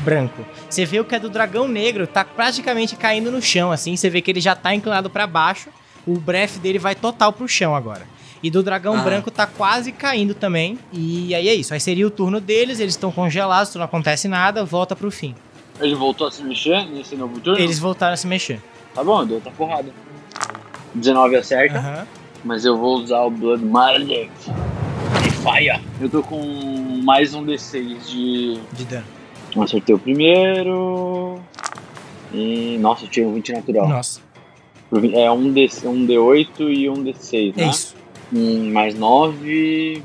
branco. Você vê o que é do dragão negro, tá praticamente caindo no chão, assim. Você vê que ele já tá inclinado pra baixo. O breath dele vai total pro chão agora. E do dragão Ah. branco tá quase caindo também. E aí é isso. Aí seria o turno deles, eles estão congelados, não acontece nada, volta pro fim. Ele voltou a se mexer nesse novo turno? Eles voltaram a se mexer. Tá bom, deu outra porrada. 19 acerta, Aham. mas eu vou usar o Blood Marley. E fire. Eu tô com mais um D6 de. De dano. Acertei o primeiro. E. Nossa, eu tirei um 20 natural. Nossa. É um, D, um D8 e um D6, né? É isso. Hum, mais 9.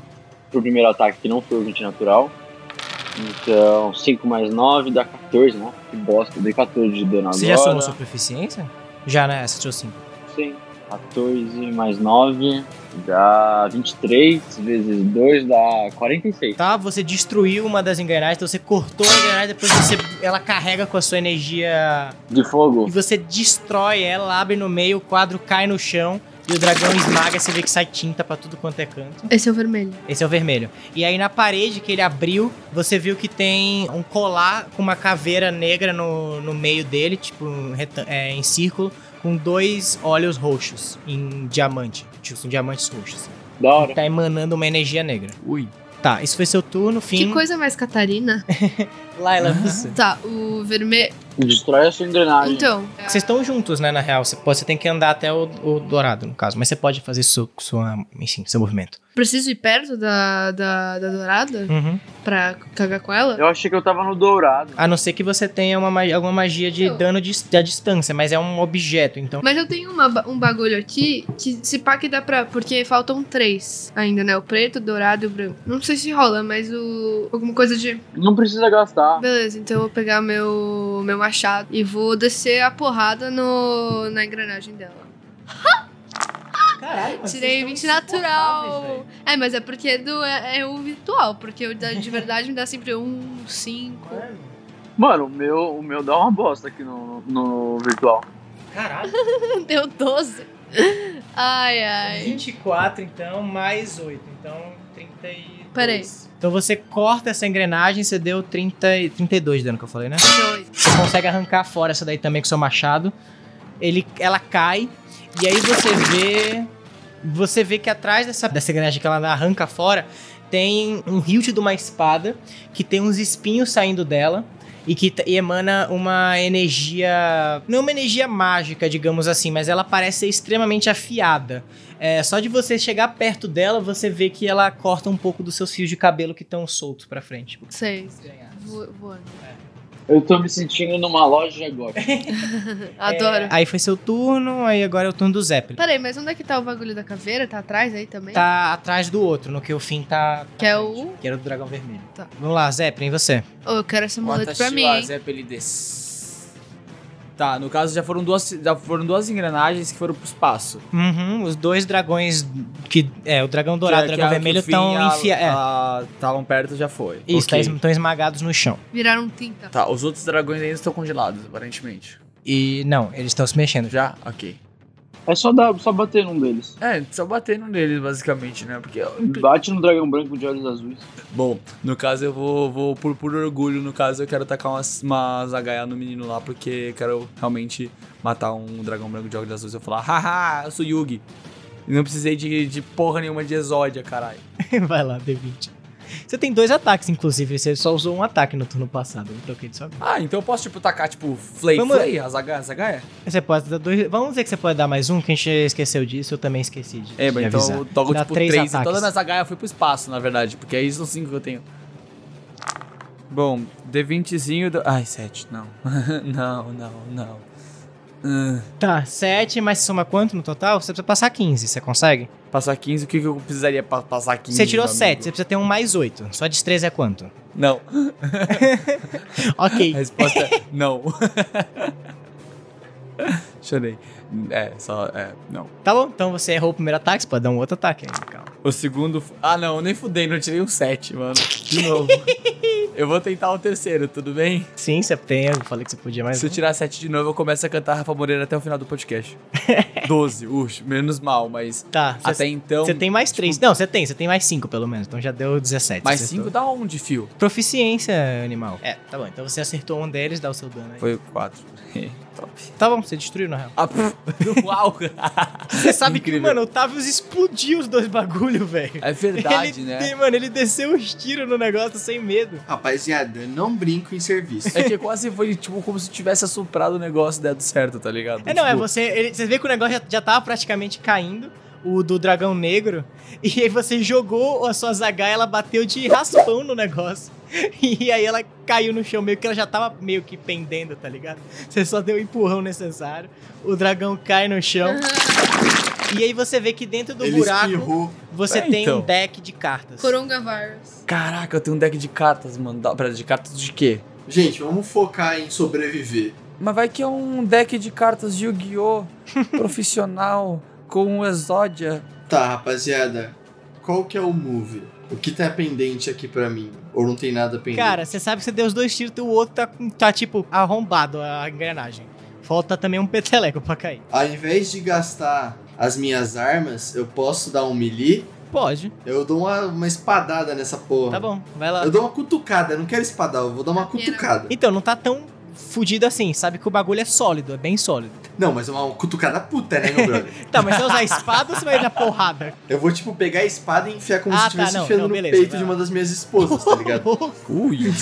pro primeiro ataque que não foi o 20 natural. Então, 5 mais 9 dá 14, né? Que bosta, dei 14 de dano agora. Você já somou sua proficiência? Já, né? Você tirou 5. Sim. 14 mais 9 dá 23, vezes 2 dá 46. Tá, você destruiu uma das engrenagens, então você cortou a engrenagem, depois você, ela carrega com a sua energia De fogo. E você destrói ela, abre no meio, o quadro cai no chão e o dragão esmaga, você vê que sai tinta pra tudo quanto é canto. Esse é o vermelho. Esse é o vermelho. E aí na parede que ele abriu, você viu que tem um colar com uma caveira negra no, no meio dele, tipo um reta- é, em círculo, com dois olhos roxos em diamante. Tipo, são diamantes roxos. Da hora. Tá emanando uma energia negra. Ui. Tá, isso foi seu turno, fim. Que coisa mais Catarina? Laila, você. tá, o vermelho. Destrói a sua engrenagem. Então, Vocês estão juntos, né, na real. Você, pode, você tem que andar até o, o dourado, no caso. Mas você pode fazer seu, sua, enfim, seu movimento. preciso ir perto da, da, da dourada Uhum. pra cagar com ela? Eu achei que eu tava no dourado. A não ser que você tenha uma ma- alguma magia de Eu. dano de, da distância, mas é um objeto, então. Mas eu tenho uma ba- um bagulho aqui que se pá que dá pra. Porque faltam três ainda, né? O preto, o dourado e o branco. Não sei se rola, mas o. Alguma coisa de. Não precisa gastar. Beleza, então eu vou pegar meu, meu machado e vou descer a porrada no, na engrenagem dela. Caralho, Tirei 20 natural! É, mas é porque é, do, é, é o virtual, porque o da- de verdade me dá sempre um, cinco. Mano, o meu, o meu dá uma bosta aqui no, no virtual. Caralho, Deu 12. Ai, ai. 24 então, mais 8, então 32. Peraí. Então você corta essa engrenagem, você deu 30, e- 32 de dano que eu falei, né? Dois. Você consegue arrancar fora essa daí também com seu machado. Ele, ela cai. E aí você vê. Você vê que atrás dessa, dessa engrenagem que ela arranca fora tem um hilt de uma espada que tem uns espinhos saindo dela e que t- e emana uma energia. Não uma energia mágica, digamos assim, mas ela parece ser extremamente afiada. É, só de você chegar perto dela, você vê que ela corta um pouco dos seus fios de cabelo que estão soltos pra frente. Seis. Vo- Voando. Eu tô me sentindo numa loja agora. Adoro. É, aí foi seu turno, aí agora é o turno do Zeppelin. Peraí, mas onde é que tá o bagulho da caveira? Tá atrás aí também? tá atrás do outro, no que o fim tá. Que é o- Que era o do dragão vermelho. Tá. Vamos lá, Zeppelin, você. Ô, eu quero essa muleta Quantas pra mim, hein? chivas é pra ele des- Tá, no caso já foram duas, já foram duas engrenagens que foram pro espaço. Uhum, os dois dragões que. É, o dragão dourado e o Que- dragão que- vermelho que o estão fim, a- enfiados. É, a- Estavam perto, já foi. isso, tá Ok. estão esmagados no chão. Viraram tinta. Tá, os outros dragões ainda estão congelados, aparentemente. E não, eles estão se mexendo. já. Já? Ok. É só, dar, só bater num deles. É, só batendo neles, basicamente, né? Porque. Bate no dragão branco de olhos azuis. Bom, no caso eu vou, vou por, por orgulho, no caso eu quero tacar umas, umas HA no menino lá, porque eu quero realmente matar um dragão branco de olhos azuis. Eu falar, haha, eu sou Yugi. E não precisei de, de porra nenhuma de exódia, caralho. Vai lá, D20. Você tem dois ataques, inclusive. Você só usou um ataque no turno passado. Eu troquei de só. Ah, então eu posso, tipo, tacar, tipo, Flay Vamos- Flay, as HA, as HA? Você pode dar dois. Vamos dizer que você pode dar mais um, que a gente esqueceu disso. Eu também esqueci de. É, mas de então avisar. eu toco, Dá tipo, três três. ataques. então todas as HA eu fui pro espaço, na verdade, porque aí são cinco que eu tenho. Bom, D20zinho... Do... Ai, sete, não. não, não, não. Ahn. Tá, 7, mas você soma quanto no total? Você precisa passar 15, você consegue? Passar 15, o que, que eu precisaria pra passar 15? Você tirou meu 7, amigo? você precisa ter um mais 8. Sua destreza é quanto? Não. Ok. A resposta é não. Chorei. É, só. É, não. Tá bom, então você errou o primeiro ataque, você pode dar um outro ataque. aí, Calma. O segundo. f- Ah, não, eu nem fudei, não tirei um 7, mano. De novo. eu vou tentar o terceiro, tudo bem? Sim, você tem, eu falei que você podia mais Se eu um. tirar 7 de novo, eu começo a cantar Rafa Moreira até o final do podcast. 12, urso, menos mal, mas. Tá, você, até então. você tem mais 3. Não, você tem, você tem mais 5 pelo menos, então já deu 17. Mais você 5 acertou. dá onde, fio? Proficiência, animal. É, tá bom, então você acertou um deles, dá o seu dano aí. Foi 4. Top. Tá bom, você destruiu na real. Ah, pff, uau! Você sabe que, Incrível. mano, o Tavius explodiu os dois bagulho, velho. É verdade, ele, né? tem- Mano, ele desceu os tiros no negócio sem medo. Rapaziada, não brinco em serviço. É que quase foi, tipo, como se tivesse assoprado o negócio e dado certo, tá ligado? É, não, é Tipo, você. Ele, você vê que o negócio já, já tava praticamente caindo, o do dragão negro, e aí você jogou a sua zaga ela bateu de raspão no negócio. E aí ela caiu no chão, meio que ela já tava meio que um pendendo, tá ligado? Você só deu o empurrão necessário, o dragão cai no chão, E aí você vê que dentro do Ele buraco espirrou. você É, tem então. um deck de cartas. Corongavirus. Caraca, eu tenho um deck de cartas, mano. Dá- Pera, de cartas de quê? Gente, vamos focar em sobreviver. Mas vai que é um deck de cartas de Yu-Gi-Oh! profissional com um Exódia. Tá, rapaziada. Qual que é o move? O que tá pendente aqui pra mim? Ou não tem nada pendente? Cara, você sabe que você deu os dois tiros e o outro tá, com- tá tipo arrombado a engrenagem. Falta também um peteleco pra cair. Ao invés de gastar as minhas armas, eu posso dar um melee? Pode, Eu dou uma, uma espadada nessa porra. tá bom, vai lá. Eu dou uma cutucada, eu não quero espadar, eu vou dar uma cutucada. Então, não tá tão fudido assim, sabe que o bagulho é sólido, é bem sólido. Não, mas é uma cutucada puta, né, meu brother? Tá, mas se eu usar a espada ou você vai dar porrada? Eu vou, tipo, pegar a espada e enfiar como Ah, se tá, estivesse não, enfiando não, no beleza, peito vai de lá. uma das minhas esposas, tá ligado? Ui, que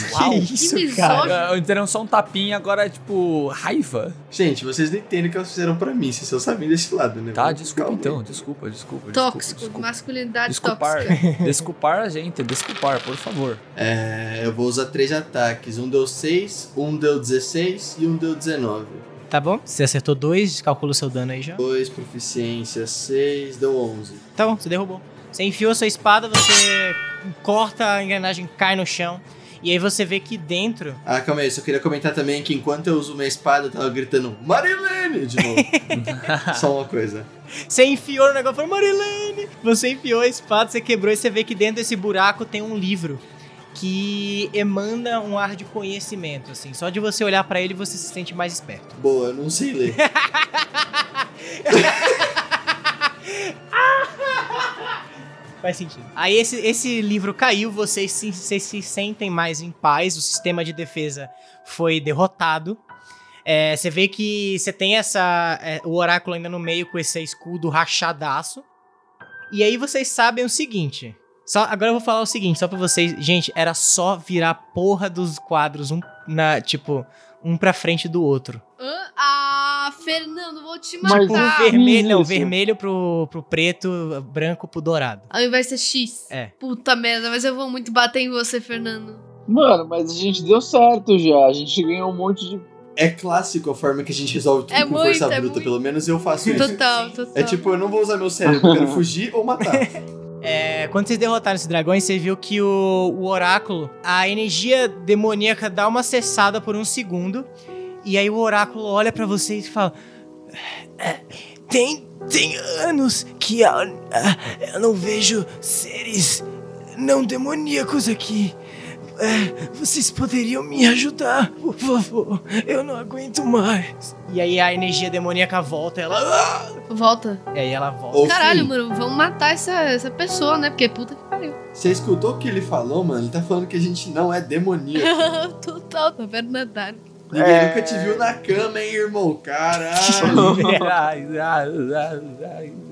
Que isso, misógino. cara? Ah, Então é só um tapinha, agora é tipo raiva. Gente, vocês não entendem o que elas fizeram pra mim, vocês só sabem desse lado, né? Tá, Vamos desculpa calma aí. então, desculpa, desculpa. Tóxico. desculpa, Masculinidade desculpa. tóxica. Desculpar, desculpar a gente, desculpar, por favor. É, eu vou usar três ataques. Um deu 6, um deu 16 e um deu 19. Tá bom? Você acertou dois, calcula o seu dano aí já. Dois, proficiência, 6, deu 11. Tá bom, você derrubou. Você enfiou a sua espada, você corta a engrenagem, cai no chão. E aí você vê que dentro Ah, calma aí, só queria comentar também que enquanto eu uso minha espada, eu tava gritando Marilene de novo. só uma coisa. Você enfiou no negócio, falou, Marilene! Você enfiou a espada, você quebrou e você vê que dentro desse buraco tem um livro que emana um ar de conhecimento, assim. Só de você olhar pra ele, você se sente mais esperto. Boa, eu não sei ler. Faz sentido. Aí esse, esse livro caiu, vocês se, vocês se sentem mais em paz, o sistema de defesa foi derrotado. É, você vê que você tem essa é, o oráculo ainda no meio com esse escudo rachadaço. E aí vocês sabem o seguinte. Só, agora eu vou falar o seguinte, só pra vocês. Gente, era só virar a porra dos quadros, um na, tipo, um pra frente do outro. Hã? Ah, Fernando, vou te Mas- matar. Tipo, um Tá. vermelho, não, Isso. vermelho pro, pro preto, branco pro dourado. Ao invés de ser X. É. Puta merda, mas eu vou muito bater em você, Fernando. Mano, mas a gente deu certo já. A gente ganhou um monte de. É clássico a forma que a gente resolve tudo É com muito, força é bruta, muito. pelo menos eu faço isso. Total, total. É tipo, eu não vou usar meu cérebro, eu quero fugir ou matar. É, quando vocês derrotaram esses dragões, você viu que o, o oráculo, a energia demoníaca dá uma cessada por um segundo. E aí o oráculo olha pra vocês e fala: "É, tem, tem anos que a- a- eu não vejo seres não demoníacos aqui. É, vocês poderiam me ajudar, por favor. Eu não aguento mais. E aí a energia demoníaca volta, ela. Volta. E aí ela volta. Ô, Caralho, filho, mano, vamos matar essa, essa pessoa, né? Porque puta que pariu. Você escutou o que ele falou, mano? Ele tá falando que a gente não é demoníaco. Total, tá taverna dark. Ninguém É. nunca te viu na cama, hein, irmão? Caralho.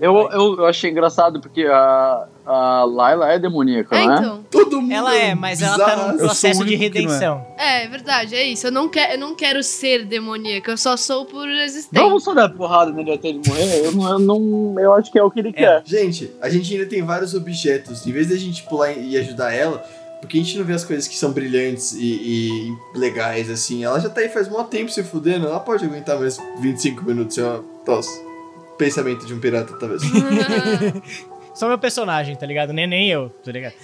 Eu, eu, eu achei engraçado porque a, a Laila é demoníaca, É, né? então. Todo mundo. Ela é, mas ela tá num bizarro. sou o processo de único que não é. redenção. É, é verdade, é isso. Eu não, que, eu não quero ser demoníaca, eu só sou por existência. Vamos só dar porrada nele até ele morrer? Eu, não- eu não. Eu acho que é o que ele quer. Gente, a gente ainda tem vários objetos. Em vez da gente pular e ajudar ela, porque a gente não vê as coisas que são brilhantes e, e legais, assim. Ela já tá aí faz mó tempo se fudendo. Ela pode aguentar mais 25 minutos, é uma tosse. Pensamento de um pirata, talvez. Só meu personagem, tá ligado? Nem, nem eu, tá ligado?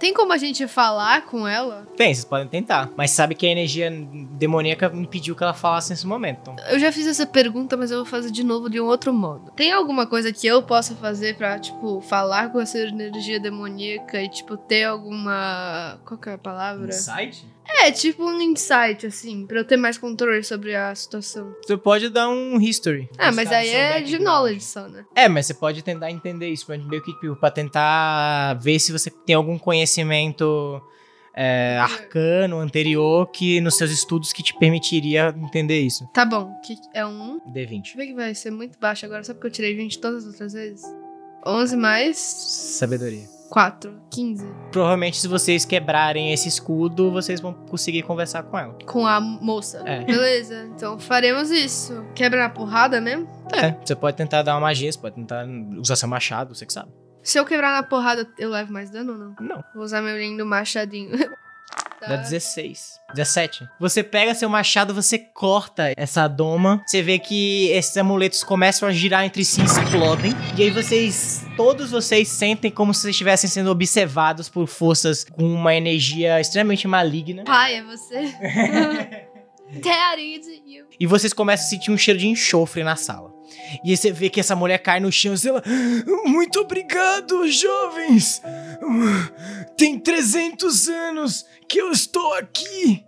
Tem como a gente falar com ela? Tem, vocês podem tentar. Mas sabe que a energia demoníaca impediu que ela falasse nesse momento. Então, Eu já fiz essa pergunta, mas eu vou fazer de novo de um outro modo. Tem alguma coisa que eu possa fazer pra, tipo, falar com essa energia demoníaca e, tipo, ter alguma. Qual que é a palavra? site? É, tipo um insight, assim, pra eu ter mais controle sobre a situação. Você pode dar um history. Ah, Os mas caras aí são é back de ground. knowledge só, né? É, mas você pode tentar entender isso, mas meio que tipo, pra tentar ver se você tem algum conhecimento é, arcano, anterior, que nos seus estudos que te permitiria entender isso. Tá bom, que é um. D20. Deixa eu ver que vai ser muito baixo agora, só porque eu tirei 20 todas as outras vezes. 11 mais Sabedoria. 4, 15. Provavelmente, se vocês quebrarem esse escudo, vocês vão conseguir conversar com ela. Com a moça. É. Beleza, então faremos isso. Quebra a porrada mesmo? É, você pode tentar dar uma magia, você pode tentar usar seu machado, você que sabe. Se eu quebrar na porrada, eu levo mais dano ou não? Não. Vou usar meu lindo machadinho. Dá 16. 17. Você pega seu machado, você corta essa doma. Você vê que esses amuletos começam a girar entre si e explodem. E aí vocês. Todos vocês sentem como se vocês estivessem sendo observados por forças com uma energia extremamente maligna. Pai, é você. Dad, it's you. E vocês começam a sentir um cheiro de enxofre na sala. E aí você vê que essa mulher cai no chão e ela. Muito obrigado, jovens! Tem 300 anos que eu estou aqui!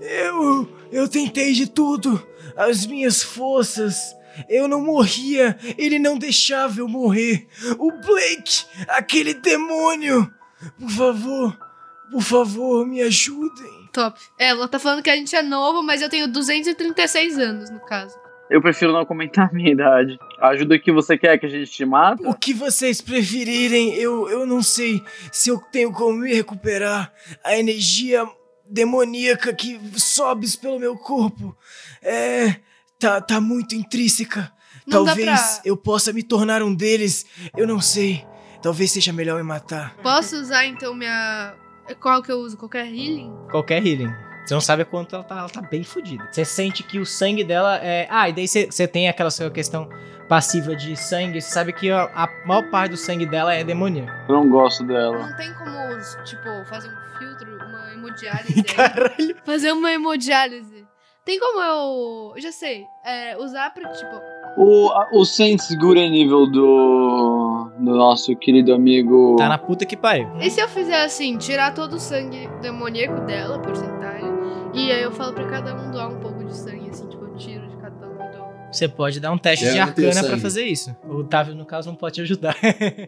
Eu. Eu tentei de tudo! As minhas forças! Eu não morria! Ele não deixava eu morrer! O Blake! Aquele demônio! Por favor! Por favor, me ajudem! Top. Ela tá falando que a gente é novo, mas eu tenho 236 anos, no caso. Eu prefiro não comentar a minha idade. A ajuda que você quer que a gente te mata? O que vocês preferirem, eu, eu não sei se eu tenho como me recuperar. A energia demoníaca que sobe pelo meu corpo é. tá, tá muito intrínseca. Não dá Talvez pra- eu possa me tornar um deles, eu não sei. Talvez seja melhor me matar. Posso usar, então, minha... Qual que eu uso? Qualquer healing? Qualquer healing. Você não sabe quanto ela tá, ela tá bem fodida. Você sente que o sangue dela é. Ah, e daí você, você tem aquela sua questão passiva de sangue. Você sabe que a, a maior parte do sangue dela é demoníaco. Eu não gosto dela. Não tem como, tipo, fazer um filtro, uma hemodiálise. aí? Caralho. fazer uma hemodiálise. Tem como eu... eu Já sei. É, usar pra, tipo... O, a- o Saints Good é nível do, do nosso querido amigo. Tá na puta que pariu. E se eu fizer assim, tirar todo o sangue demoníaco dela, porcentagem, e aí eu falo pra cada um doar um pouco de sangue, assim, tipo, eu tiro de cada um e dou. Você pode dar um teste Eu é de não tenho arcana pra sangue. fazer isso. O Otávio, no caso, não pode te ajudar.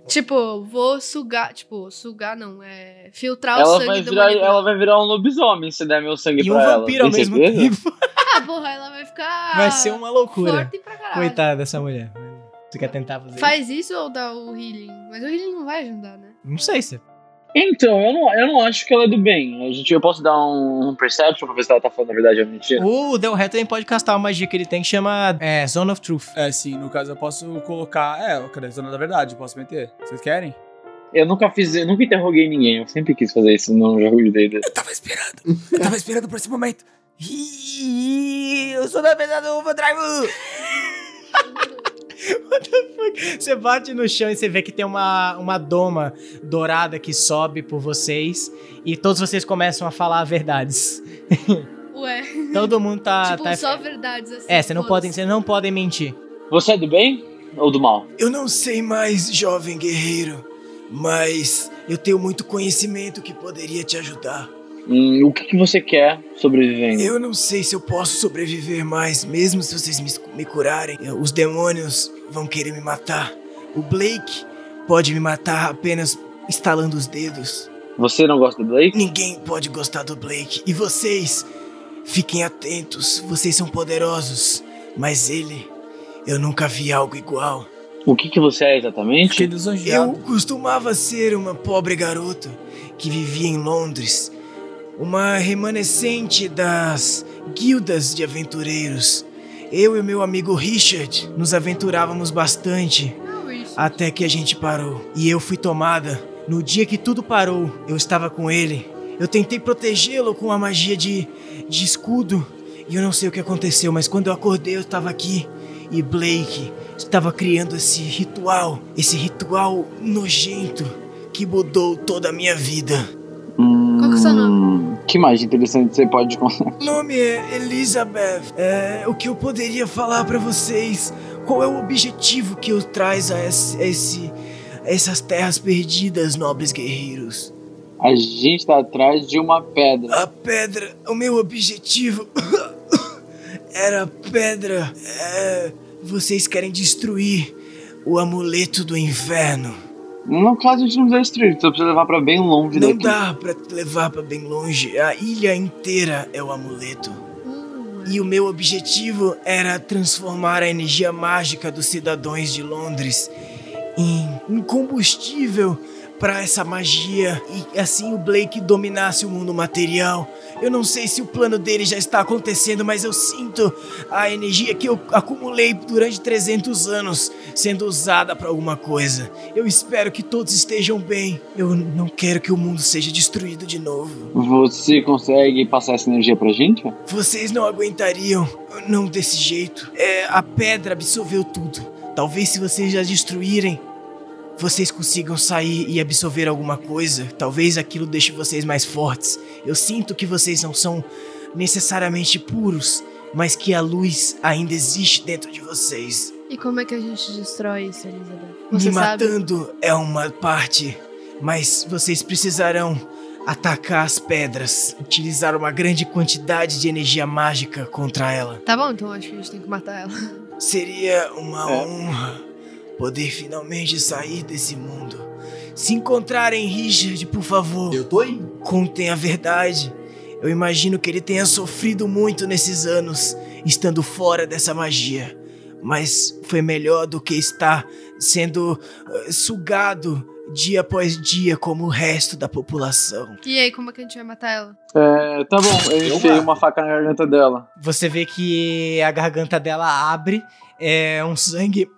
Tipo, vou sugar, tipo, sugar não, é filtrar o Ela sangue vai, virar, demoníaco. ela vai virar um lobisomem se der meu sangue E um pra ela. vampiro ao Tem mesmo certeza? tempo. Ah, porra, ela vai ficar Vai ser uma loucura. forte pra caralho. Coitada dessa mulher. Você quer tentar fazer isso? Faz isso ou dá o healing? Mas o healing não vai ajudar, né? Não sei se. Então, eu não, eu não acho que ela é do bem. A gente, eu posso dar um, um perception pra ver se ela tá falando a verdade ou mentira? O Del Rey também pode castar uma magia que ele tem que chama é, Zone of Truth. É, sim, no caso eu posso colocar. É, eu quero zona da verdade, posso meter. Vocês querem? Eu nunca fiz, eu nunca interroguei ninguém. Eu sempre quis fazer isso num jogo de D&D. Eu tava esperando. Eu tava esperando por esse momento. Ih, Eu sou da verdade do Uva Drive. Você bate no chão e você vê que tem uma, uma doma dourada que sobe por vocês. E todos vocês começam a falar verdades. Ué, Todo mundo tá. tipo, tá- só verdades assim. É, vocês não, foda-se. podem, vocês não podem mentir. Você é do bem ou do mal? Eu não sei mais, jovem guerreiro, mas eu tenho muito conhecimento que poderia te ajudar. Hum, o que, que você quer sobrevivendo? Eu não sei se eu posso sobreviver mais, mesmo se vocês me, me curarem. Eu- Os demônios vão querer me matar. O Blake pode me matar apenas estalando os dedos. Você não gosta do Blake? Ninguém pode gostar do Blake. E vocês, fiquem atentos. Vocês são poderosos, mas ele, eu nunca vi algo igual. O que, que você é exatamente? Aquele Eu lisonjeado. costumava ser uma pobre garota que vivia em Londres, uma remanescente das guildas de aventureiros. Eu e meu amigo Richard nos aventurávamos bastante Não, isso. até que a gente parou e eu fui tomada. No dia que tudo parou, eu estava com ele. Eu tentei protegê-lo com a magia de, de escudo e eu não sei o que aconteceu, mas quando eu acordei, eu estava aqui e Blake estava criando esse ritual, esse ritual nojento que mudou toda a minha vida. Hum, Qual que é o seu Que mais interessante você pode contar? O nome é Elizabeth. É, o que eu poderia falar pra vocês? Qual é o objetivo que eu traz a, esse, a esse- a essas terras perdidas, nobres guerreiros? A gente tá atrás de uma pedra. A pedra. O meu objetivo era a pedra. É, vocês querem destruir o amuleto do inferno. No caso, a gente não precisa destruir, só precisa levar pra bem longe Não daqui. dá pra levar pra bem longe. A ilha inteira é o amuleto. Hum, E o meu objetivo era transformar a energia mágica dos cidadãos de Londres em, em combustível comprar essa magia e assim o Blake dominasse o mundo material. Eu não sei se o plano dele já está acontecendo, mas eu sinto a energia que eu acumulei durante 300 anos sendo usada para alguma coisa. Eu espero que todos estejam bem. Eu não quero que o mundo seja destruído de novo. Você consegue passar essa energia pra gente? Vocês não aguentariam, não desse jeito. É, a pedra absorveu tudo. Talvez se vocês já destruírem, vocês consigam sair e absorver alguma coisa. Talvez aquilo deixe vocês mais fortes. Eu sinto que vocês não são necessariamente puros, mas que a luz ainda existe dentro de vocês. E como é que a gente destrói isso, Elizabeth? Me Você sabe? matando é uma parte, mas vocês precisarão atacar as pedras, utilizar uma grande quantidade de energia mágica contra ela. Tá bom, então acho que a gente tem que matar ela. Seria uma É. honra poder finalmente sair desse mundo. Se encontrarem Richard, por favor, Eu tô indo. contem a verdade. Eu imagino que ele tenha sofrido muito nesses anos, estando fora dessa magia. Mas foi melhor do que estar sendo eh, sugado dia após dia como o resto da população. E aí, como é que a gente vai matar ela? É, tá bom, eu Eu enfiei mato. uma faca na garganta dela. Você vê que a garganta dela abre, é um sangue.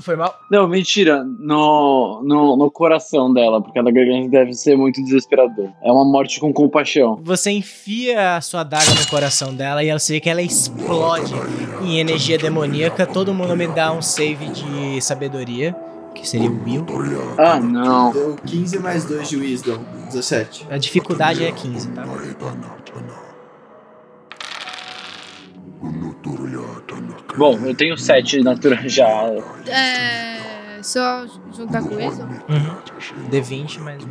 foi mal. Não, mentira, no, no, no coração dela, porque a da garganta deve ser muito desesperador. É uma morte com compaixão. Você enfia a sua daga no coração dela e ela você vê que ela explode em energia demoníaca. Todo mundo me dá um save de sabedoria, que seria o Will. Ah, não. Deu 15 mais 2 de Wisdom. 17. A dificuldade é 15, tá? Bom, eu tenho sete natural já. É. Só juntar com isso? D20 mais um.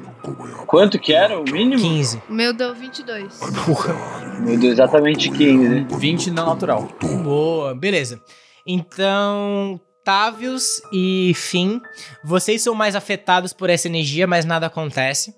Quanto que era o mínimo? 15. O meu deu 22. Porra. Meu Deus, exatamente 15. 20 não natural. Boa, beleza. Então, Távios e Finn, vocês são mais afetados por essa energia, mas nada acontece.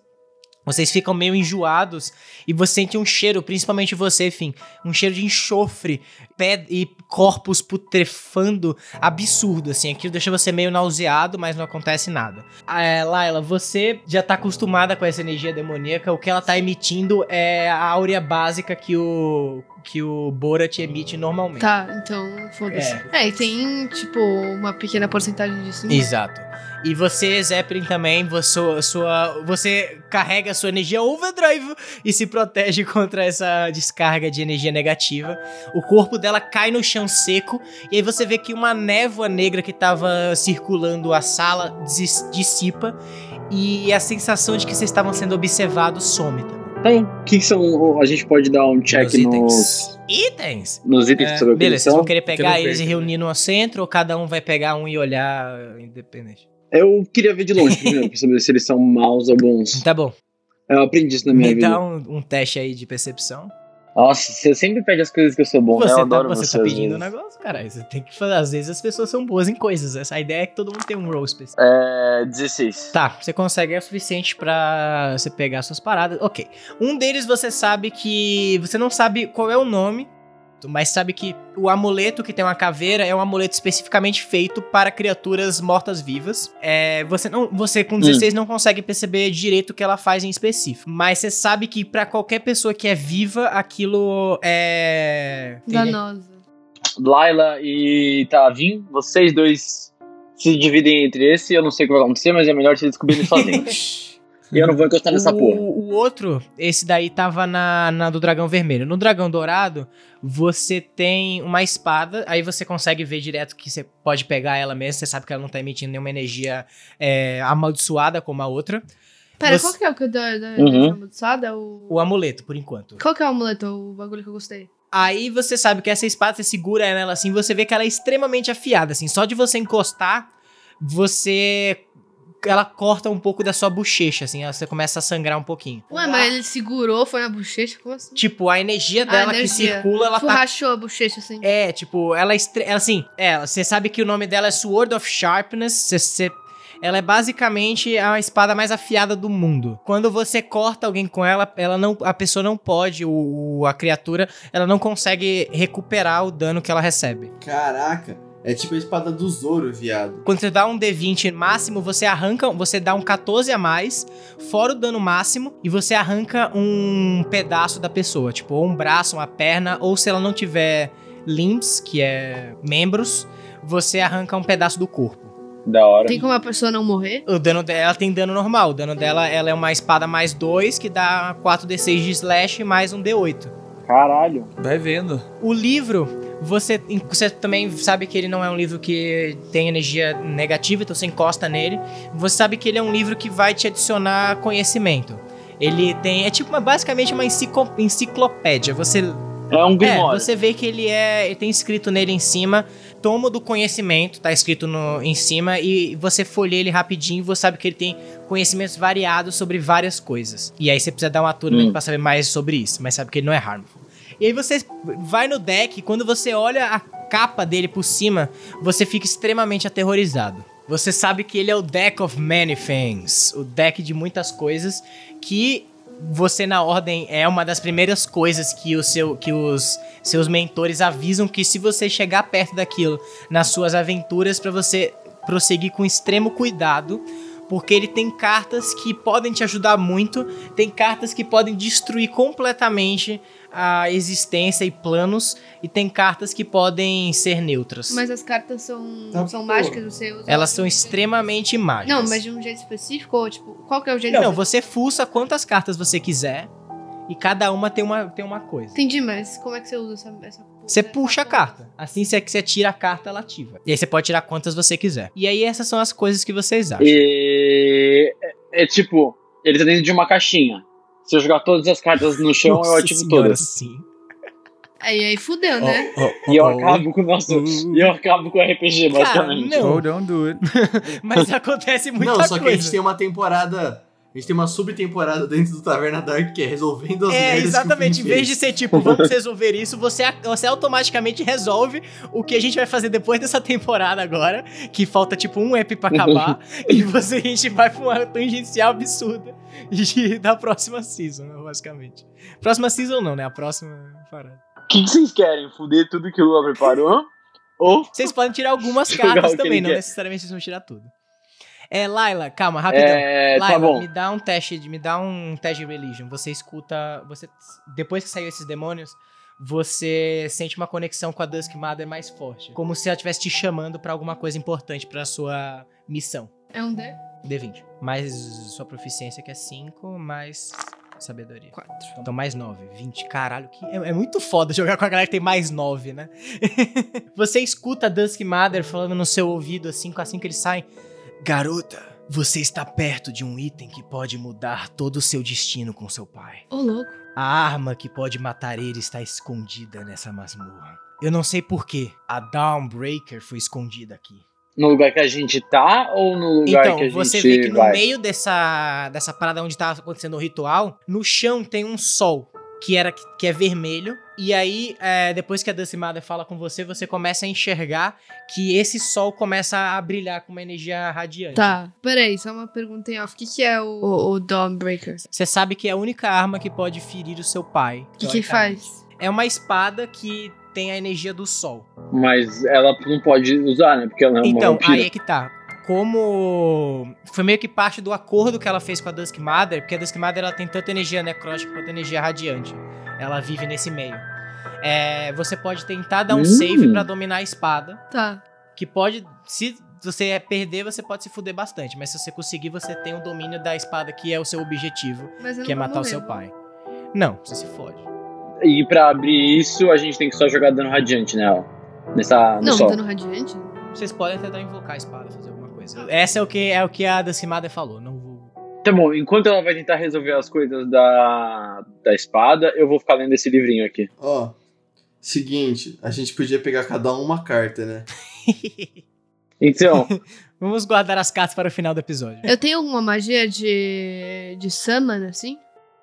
Vocês ficam meio enjoados e você sente um cheiro, principalmente você, Finn, um cheiro de enxofre pé e corpos putrefando absurdo, assim. Aquilo deixa você meio nauseado, mas não acontece nada. É, Laila, você já tá acostumada com essa energia demoníaca. O que ela tá emitindo é a áurea básica que o, que o Borat emite normalmente. Tá, então foda-se. É. e tem, tipo, uma pequena porcentagem disso. em- Exato. E você, Zeppelin, também, você, sua, você carrega a sua energia overdrive e se protege contra essa descarga de energia negativa. O corpo dela cai no chão seco, e aí você vê que uma névoa negra que estava circulando a sala dis- dissipa, e a sensação de que vocês estavam sendo observados some também. Então, o que, que são. A gente pode dar um check Nos itens. nos, Itens! nos É, itens pra saber o que eles beleza, vocês vão são? querer não pegar eles e perca, né? reunir no centro, ou cada um vai pegar um e olhar eh, independente? Eu queria ver de longe primeiro, pra saber se eles são maus ou bons. Tá bom. Eu aprendi isso na minha Me vida. dá um- um teste aí de percepção. Nossa, você sempre pede as coisas que eu sou bom, né? você, Eu tá, adoro você você. tá às pedindo um vezes. negócio, caralho. Você tem que fazer. Às vezes as pessoas são boas em coisas. Essa ideia é que todo mundo tem um role específico. É. 16. Tá, você consegue é o suficiente pra você pegar suas paradas. Ok. Um deles você sabe que. Você não sabe qual é o nome, mas sabe que o amuleto que tem uma caveira é um amuleto especificamente feito para criaturas mortas-vivas. É, você não, você com 16 não consegue perceber direito o que ela faz em específico, mas você sabe que pra qualquer pessoa que é viva, aquilo é. Danosa. Laila e Tavim, vocês dois se dividem entre esse. Eu não sei o que vai acontecer, mas é melhor vocês descobrirem sozinhos. e eu não vou encostar nessa o, porra. o outro, esse daí tava na, na do dragão vermelho. No dragão dourado, você tem uma espada, aí você consegue ver direto que você pode pegar ela mesmo, você sabe que ela não tá emitindo nenhuma energia é, amaldiçoada como a outra. Pera, Você- qual que é o que eu dou da Uhum. uhum. amaldiçoada? O... O amuleto, por enquanto. Qual que é o amuleto, o bagulho que eu gostei? Aí você sabe que essa espada, você segura ela assim, você vê que ela é extremamente afiada, assim. Só de você encostar, você... Ela corta um pouco da sua bochecha, assim. Você começa a sangrar um pouquinho. Ué, mas ele segurou, foi na bochecha? Como assim? Tipo, a energia dela que energia. circula, ela tipo, tá rachou a bochecha assim. É, tipo, ela é estre... ela, assim, é, você sabe que o nome dela é Sword of Sharpness, você- você- ela é basicamente a espada mais afiada do mundo. Quando você corta alguém com ela, ela não, a pessoa não pode, o, o- a criatura, ela não consegue recuperar o dano que ela recebe. Caraca. É tipo a espada do Zoro, viado. Quando você dá um D20 máximo, você arranca, você dá um 14 a mais, fora o dano máximo, e você arranca um pedaço da pessoa, tipo, ou um braço, uma perna, ou se ela não tiver limbs, que é membros, você arranca um pedaço do corpo. Da hora. Tem como a pessoa não morrer? O dano dela tem dano normal. O dano dela ela é uma espada mais 2, que dá 4d6 de slash mais um d8. Caralho. Vai vendo. O livro, você, você também sabe que ele não é um livro que tem energia negativa, então você encosta nele. Você sabe que ele é um livro que vai te adicionar conhecimento. Ele tem. É tipo uma, basicamente uma enciclo- enciclopédia. Você. É um É, grimório. você vê que ele é. Ele tem escrito nele em cima. Tomo do conhecimento, tá escrito no, em cima, e você folheia ele rapidinho, você sabe que ele tem conhecimentos variados sobre várias coisas. E aí você precisa dar uma tournament Hum. pra saber mais sobre isso, mas sabe que ele não é harmful. E aí você vai no deck, e quando você olha a capa dele por cima, você fica extremamente aterrorizado. Você sabe que ele é o Deck of Many Things, o deck de muitas coisas que você na ordem é uma das primeiras coisas que o seu que os seus mentores avisam que se você chegar perto daquilo nas suas aventuras pra você prosseguir com extremo cuidado, porque ele tem cartas que podem te ajudar muito, tem cartas que podem destruir completamente a existência e planos e tem cartas que podem ser neutras. Mas as cartas são, Tá, são pô. mágicas, você usa. Elas de são um jeito- extremamente mágicas. Não, mas de um jeito específico? Ou, tipo, qual que é o jeito? não, você fuça quantas cartas você quiser e cada uma tem uma, tem uma coisa. Entendi, mas como é que você usa essa. essa Você essa puxa a carta. Assim se é que você tira a carta, ela ativa. E aí você pode tirar quantas você quiser. E aí essas são as coisas que vocês acham. E é, é tipo, ele tá dentro de uma caixinha. Se eu jogar todas as cartas no chão, eu Nossa ativo senhora, é um todas. Sim. Aí, aí fudeu, Ó, né? ó, ó, E eu ó, acabo com o nosso. Uh. E eu acabo com o Tá RPG, Uhum. Cara, basicamente. Oh, não. don't do it. Mas acontece muita não, só que a gente coisa. tem uma temporada. A gente tem uma subtemporada dentro do Taverna Dark que é resolvendo as É, merdas que o exatamente. Em Finn vez de fez. ser tipo, vamos resolver isso, você, você automaticamente resolve o que a gente vai fazer depois dessa temporada agora, que falta tipo um app pra acabar, e você, a gente vai pra uma tangencial absurda de- da próxima season, né, basicamente. Próxima season não, né? A próxima parada. O que, que vocês querem? Fuder tudo que o Lula preparou? Ou Vocês podem tirar algumas Jogar cartas o que também, ele não quer. necessariamente vocês vão tirar tudo. É, Laila, calma, rapidão. é, Laila, tá bom. me dá um teste, de- me dá um teste de religion. Você escuta, você depois que saiu esses demônios, você sente uma conexão com a Dusk Mother mais forte, como se ela estivesse te chamando pra alguma coisa importante pra sua missão. É um D? D20. Mais sua proficiência que é 5, mais sabedoria. 4. Então mais 9, 20. Caralho, que é, é muito foda jogar com a galera que tem mais 9, né? você escuta a Dusk Mother falando no seu ouvido assim, assim que eles saem. Garota, você está perto de um item que pode mudar todo o seu destino com seu pai. Ô, louco. A arma que pode matar ele está escondida nessa masmorra. Eu não sei porquê. A Dawnbreaker foi escondida aqui. No lugar que a gente tá ou no lugar Então, que a gente você vê que no vai? meio dessa, dessa parada onde tá acontecendo o ritual, no chão tem um sol que era que é vermelho. E aí, é, depois que a Dusty Mother fala com você, você começa a enxergar que esse sol começa a brilhar com uma energia radiante. Tá, peraí, só uma pergunta em off. O que, que é o, o, o Dawnbreaker? O Você sabe que é a única arma que pode ferir o seu pai. que, que faz? É uma espada que tem a energia do sol. Mas ela não pode usar, né? Porque ela é uma Então, vampira. aí é que tá. Como foi meio que parte do acordo que ela fez com a Dusk Mother, porque a Dusk Mother ela tem tanta energia necrótica quanto energia radiante. Ela vive nesse meio. É, você pode tentar dar um Hum. save pra dominar a espada, Tá. que pode se você perder, você pode se fuder bastante, mas se você conseguir, você tem o domínio da espada que é o seu objetivo, Mas eu que é não vou matar o morrer, seu vou- pai. Não, você se fode. E pra abrir isso, a gente tem que só jogar dano radiante nela. Nessa. no Não, sol. dando radiante? Vocês podem tentar invocar a espada, fazer alguma coisa. Essa é o que é o que a Dusk Mother falou, não vou Tá bom, enquanto ela vai tentar resolver as coisas da, da espada, eu vou ficar lendo esse livrinho aqui. Ó, seguinte, a gente podia pegar cada um uma carta, né? Então, Vamos guardar as cartas para o final do episódio. Eu tenho alguma magia de. de summon, assim?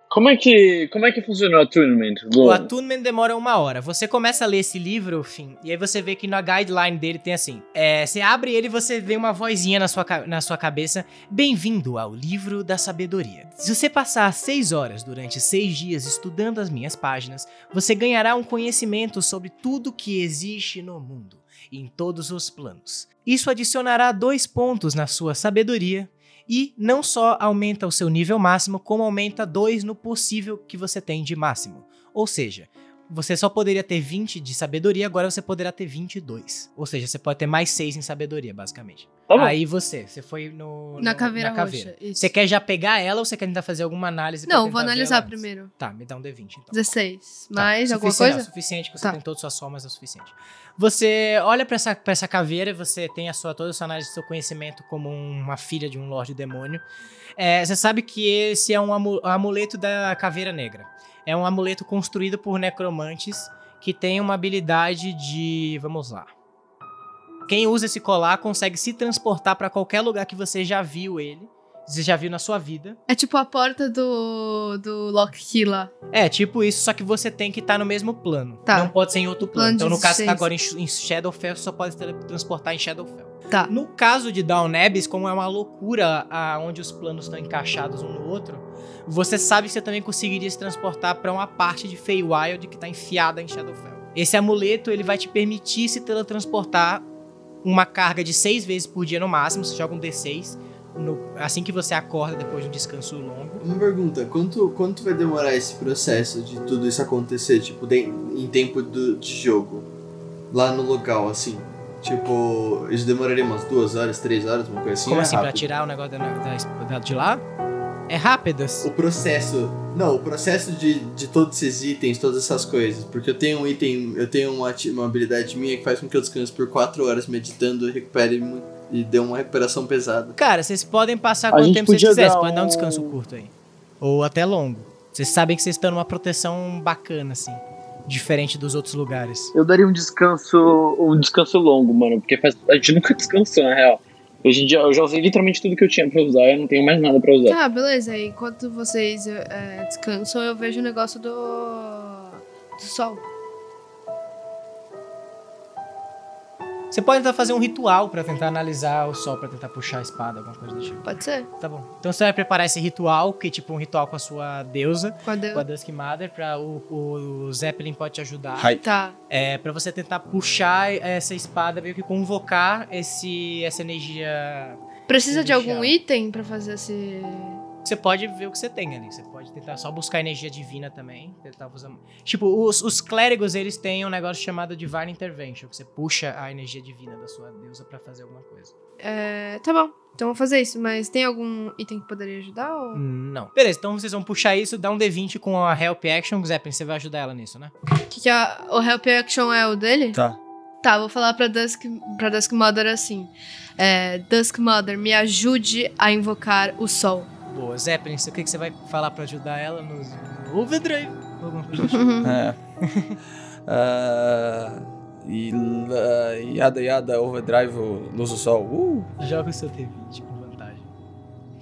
como é que. como é que funcionou o tournament, O Lu? attunement demora uma hora. Você começa a ler esse livro, fim, e aí você vê que na guideline dele tem assim: é, você abre ele, você vê uma vozinha na sua, ca- na sua cabeça. Bem-vindo ao livro da sabedoria. Se você passar seis horas durante seis dias estudando as minhas páginas, você ganhará um conhecimento sobre tudo que existe no mundo. em todos os planos. Isso adicionará dois pontos na sua sabedoria e não só aumenta o seu nível máximo, como aumenta dois no possível que você tem de máximo. Ou seja, você só poderia ter 20 de sabedoria, agora você poderá ter 22. Ou seja, você pode ter mais 6 em sabedoria, basicamente. Tá bom. Aí você, você foi no, Na no- caveira, na caveira. roxa. isso. Você quer já pegar ela ou você quer tentar fazer alguma análise? pra Não, vou tentar ver analisar ela antes? primeiro. Tá, me dá um D20 então. 16. Tá, Mais alguma suficiente- coisa? É o suficiente, que você Tá. tem todas as suas somas, é o suficiente. Você olha pra essa, pra essa caveira, você tem a sua, toda a sua análise do seu conhecimento como uma filha de um Lorde Demônio. É, você sabe que esse é um amu- amuleto da Caveira Negra. É um amuleto construído por necromantes que tem uma habilidade de. Vamos lá. Quem usa esse colar consegue se transportar pra qualquer lugar que você já viu ele, você já viu na sua vida. É tipo a porta do, do Loki lá. É, tipo isso, só que você tem que estar no mesmo plano. Tá. Não pode ser em outro plano. Plano então, no caso, você tá 16. agora em, Sh- em Shadowfell, você só pode se teletransportar em Shadowfell. Tá. No caso de Down Abyss, como é uma loucura a, onde os planos estão encaixados um no outro, você sabe que você também conseguiria se transportar pra uma parte de Feywild que tá enfiada em Shadowfell. Esse amuleto, ele vai te permitir se teletransportar uma carga de seis vezes por dia no máximo. Você joga um D6 no- assim que você acorda depois de um descanso longo. Uma pergunta, quanto, quanto vai demorar esse processo de tudo isso acontecer, tipo, de- em tempo do- de jogo? Lá no local, assim? Tipo, isso demoraria umas duas horas, três horas, uma coisa assim? Como ou é assim, pra rápido? tirar o negócio da, da- da- de lá? É rápidas. O processo. Não, o processo de, de todos esses itens, todas essas coisas. Porque eu tenho um item, eu tenho uma, ati- uma habilidade minha que faz com que eu descanse por quatro horas meditando, recupere mu- e dê uma recuperação pesada. Cara, vocês podem passar A quanto gente tempo vocês podia quiserem. dar Vocês podem dar um um- descanso curto aí. Ou até longo. Vocês sabem que vocês estão numa proteção bacana, assim. Diferente dos outros lugares. Eu daria um descanso, um descanso longo, mano, porque faz- a gente nunca descansou, na real. Hoje em dia eu já usei literalmente tudo que eu tinha pra usar, eu não tenho mais nada pra usar. Tá, beleza. Enquanto vocês é, descansam, eu vejo o negócio do. do sol. Você pode tentar fazer um ritual pra tentar analisar o sol, pra tentar puxar a espada, alguma coisa do tipo. Pode ser? Tá bom. Então você vai preparar esse ritual, que é tipo um ritual com a sua deusa, Com a com a Deus. Dusk Mother, pra o, o Zeppelin pode te ajudar. Ai. Tá. É, para você tentar puxar essa espada, meio que convocar esse, essa energia. Precisa Vou de algum deixar. item pra fazer esse. Você pode ver o que você tem ali. Você pode tentar só buscar energia divina também. Tentar usar... Tipo, os, os clérigos, eles têm um negócio chamado Divine Intervention, que você puxa a energia divina da sua deusa pra fazer alguma coisa. É, tá bom. Então eu vou fazer isso, mas tem algum item que poderia ajudar? Hum. Ou... Não. Beleza, então vocês vão puxar isso, dá um D20 com a Help Action. Zeppelin, você vai ajudar ela nisso, né? Que que a- o help action é o dele? Tá. Tá, vou falar pra Dusk, pra Dusk Mother assim. É, Dusk Mother, me ajude a invocar o sol. Boa, Zeppelin, você- o que que você vai falar pra ajudar ela no, no Overdrive? Alguma coisa assim. É. Ah, e lá- yada yada overdrive luz do sol. Uh, Joga o seu T20 com vantagem.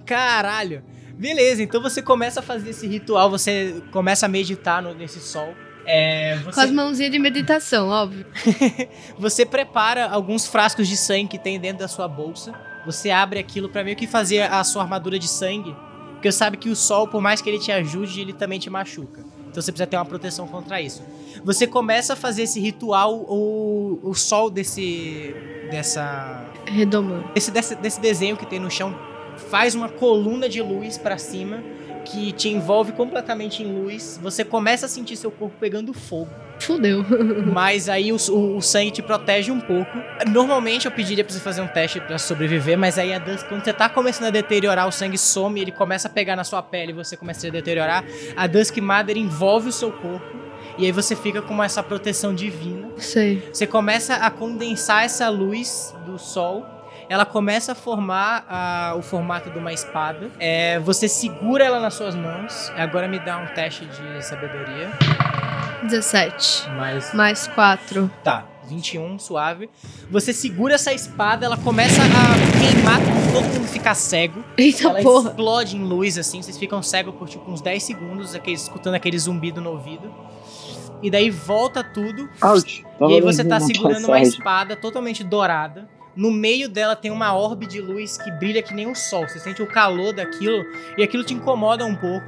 Caralho! Beleza, então você começa a fazer esse ritual, você começa a meditar no- nesse sol. É, Com as você, mãozinhas de meditação, óbvio. você prepara alguns frascos de sangue que tem dentro da sua bolsa. Você abre aquilo pra meio que fazer a sua armadura de sangue. Porque você sabe que o sol, por mais que ele te ajude, ele também te machuca. Então você precisa ter uma proteção contra isso. Você começa a fazer esse ritual, o, o sol desse. dessa Redomando. esse desse, desse desenho que tem no chão faz uma coluna de luz pra cima que te envolve completamente em luz. Você começa a sentir seu corpo pegando fogo, Fudeu. mas aí o, o, o sangue te protege um pouco. Normalmente eu pediria pra você fazer um teste pra sobreviver, mas aí a Dusk, quando você tá começando a deteriorar, o sangue some, ele começa a pegar na sua pele, você começa a deteriorar. A Dusk Mother envolve o seu corpo e aí você fica com essa proteção divina. Sei. Você começa a condensar essa luz do sol. Ela começa a formar ah, o formato de uma espada. É, você segura ela nas suas mãos. Agora me dá um teste de sabedoria. 17. Mais Mais 4. Tá, 21, suave. Você segura essa espada, ela começa a queimar, um todo mundo fica cego. Eita ela Tá porra. explode em luz, assim, vocês ficam cegos por tipo uns 10 segundos, aquele- escutando aquele zumbido no ouvido. E daí volta tudo. Ouch. E aí você tá segurando uma espada totalmente dourada. No meio dela tem uma orbe de luz que brilha que nem o sol. Você sente o calor daquilo e aquilo te incomoda um pouco.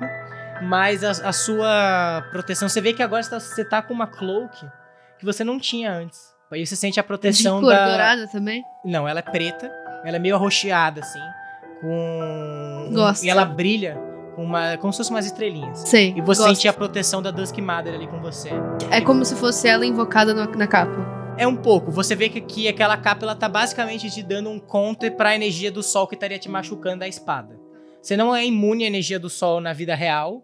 Mas a, a sua proteção. Você vê que agora você tá, você tá com uma cloak que você não tinha antes. Aí você sente a De proteção cor da. dourada também? Não, ela é preta, ela é meio arroxeada, assim. Com. Gosto. E ela brilha com uma... como se fossem umas estrelinhas. Sei. E você gosto. sente a proteção da Dusk Mother ali com você. É como se fosse ela invocada no- na capa. É um pouco. Você vê que aqui aquela capa ela tá basicamente te dando um counter pra energia do sol que estaria te machucando da espada. Você não é imune à energia do sol na vida real,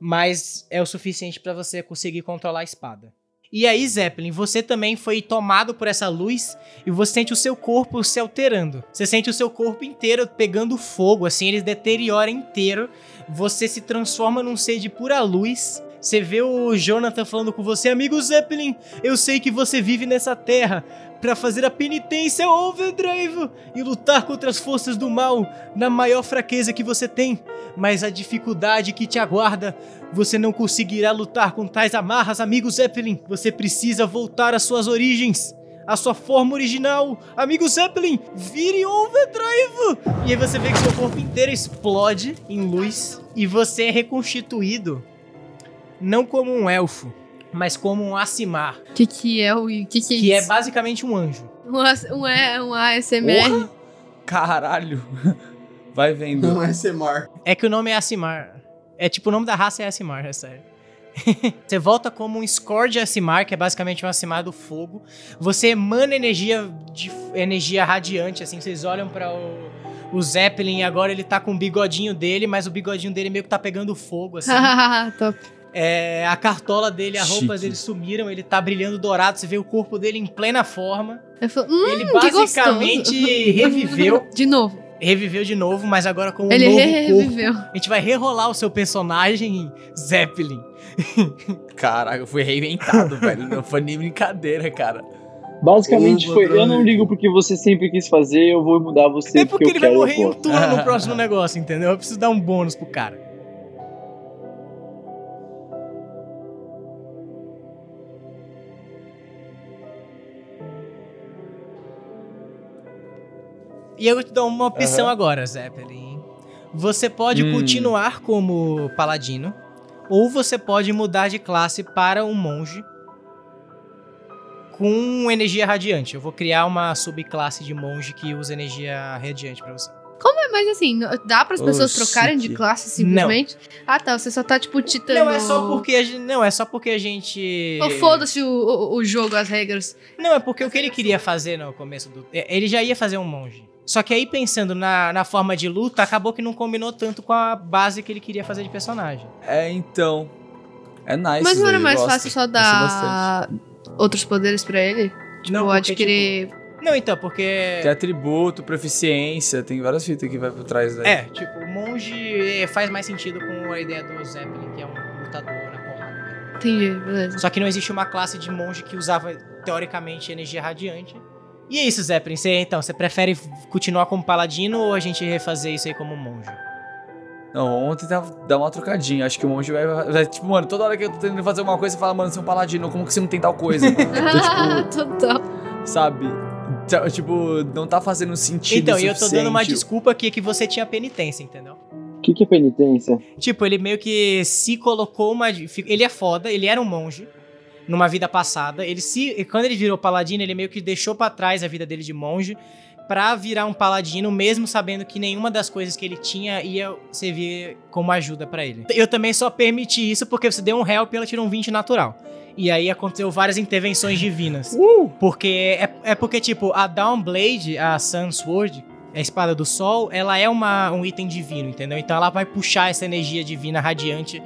mas é o suficiente pra você conseguir controlar a espada. E aí, Zeppelin, você também foi tomado por essa luz e você sente o seu corpo se alterando. Você sente o seu corpo inteiro pegando fogo, assim, ele deteriora inteiro. Você se transforma num ser de pura luz. Você vê o Jonathan falando com você, amigo Zeppelin, eu sei que você vive nessa terra para fazer a penitência ao Overdrive e lutar contra as forças do mal na maior fraqueza que você tem. Mas a dificuldade que te aguarda, você não conseguirá lutar com tais amarras, amigo Zeppelin. Você precisa voltar às suas origens. à sua forma original, amigo Zeppelin, vire Overdrive! E aí você vê que seu corpo inteiro explode em luz e você é reconstituído, não como um elfo, mas como um Asimar O que, que é o que, que é que é isso? basicamente um anjo. Um, as- um, é um ASMR. Caralho. Vai vendo. Não é Semar. É que o nome é Asimar. É tipo, o nome da raça é Asimar, é sério. você volta como um Scourge Asimar, que é basicamente um Asimar do fogo. Você emana energia de energia radiante, assim, vocês olham pra o, o Zeppelin e agora ele tá com o bigodinho dele, mas o bigodinho dele meio que tá pegando fogo, assim. Top. É, a cartola dele, as Chique. roupas dele sumiram, ele tá brilhando dourado, você vê o corpo dele em plena forma. Eu falo, hum, ele que basicamente reviveu, De novo. reviveu de novo, mas agora com um ele novo re- corpo. reviveu. A gente vai rerolar o seu personagem, Zeppelin. Caraca, eu fui reinventado, velho. Não foi nem brincadeira, cara. Basicamente Ô, foi, eu Rodrigo. não ligo porque você sempre quis fazer, eu vou mudar você É porque eu ele vai quero, morrer em pô. um turno no próximo negócio, entendeu? Eu preciso dar um bônus pro cara. E eu vou te dar uma opção agora, Zeppelin. Você pode Hum. continuar como paladino, ou você pode mudar de classe para um monge com energia radiante. Eu vou criar uma subclasse de monge que usa energia radiante pra você. Como é? Mas assim, não- dá para as Ô, pessoas trocarem de chique. classe simplesmente? Ah, tá. Você só tá, tipo, titando. Não é só porque a gente, não é só porque a gente Ou foda-se o, o, o jogo, as regras. Não, é porque o que ele queria fazer no começo do é, ele já ia fazer um monge. Só que aí pensando na, na forma de luta, acabou que não combinou tanto com a base que ele queria fazer de personagem. É, então. É nice. Mas não era daí, mais gosto. fácil só Gosto bastante. dar outros poderes pra ele? Tipo, Não, porque, adquirir. Não, então, porque Tem atributo, proficiência, tem várias fitas que vai por trás daí. é, tipo, o monge é, faz mais sentido com a ideia do Zeppelin, que é um lutador na porrada. né? Entendi, beleza. Só que não existe uma classe de monge que usava, teoricamente, energia radiante. E é isso, Zeppelin. Você, então, você prefere continuar como paladino ou a gente refazer isso aí como monge? Não, ontem tava, dá uma trocadinha. Acho que o monge vai, vai- Tipo, mano, toda hora que eu tô tentando fazer uma coisa, você fala, mano, você é um paladino, como que você não tem tal coisa? Ah, então, total. tipo, sabe? Tá- Tipo, não tá fazendo sentido. então, o e eu tô dando uma suficiente. desculpa aqui que você tinha penitência, entendeu? O que, que é penitência? Tipo, ele meio que se colocou uma. fi- Ele é foda, ele era um monge numa vida passada. Ele se. e Quando ele virou paladino, ele meio que deixou pra trás a vida dele de monge pra virar um paladino, mesmo sabendo que nenhuma das coisas que ele tinha ia servir como ajuda pra ele. Eu também só permiti isso porque você deu um help e ela tirou um 20 natural. E aí aconteceu várias intervenções divinas. Porque é, é porque, tipo, a Downblade, a Sun Sword, a espada do sol, ela é uma, um item divino, entendeu? Então ela vai puxar essa energia divina radiante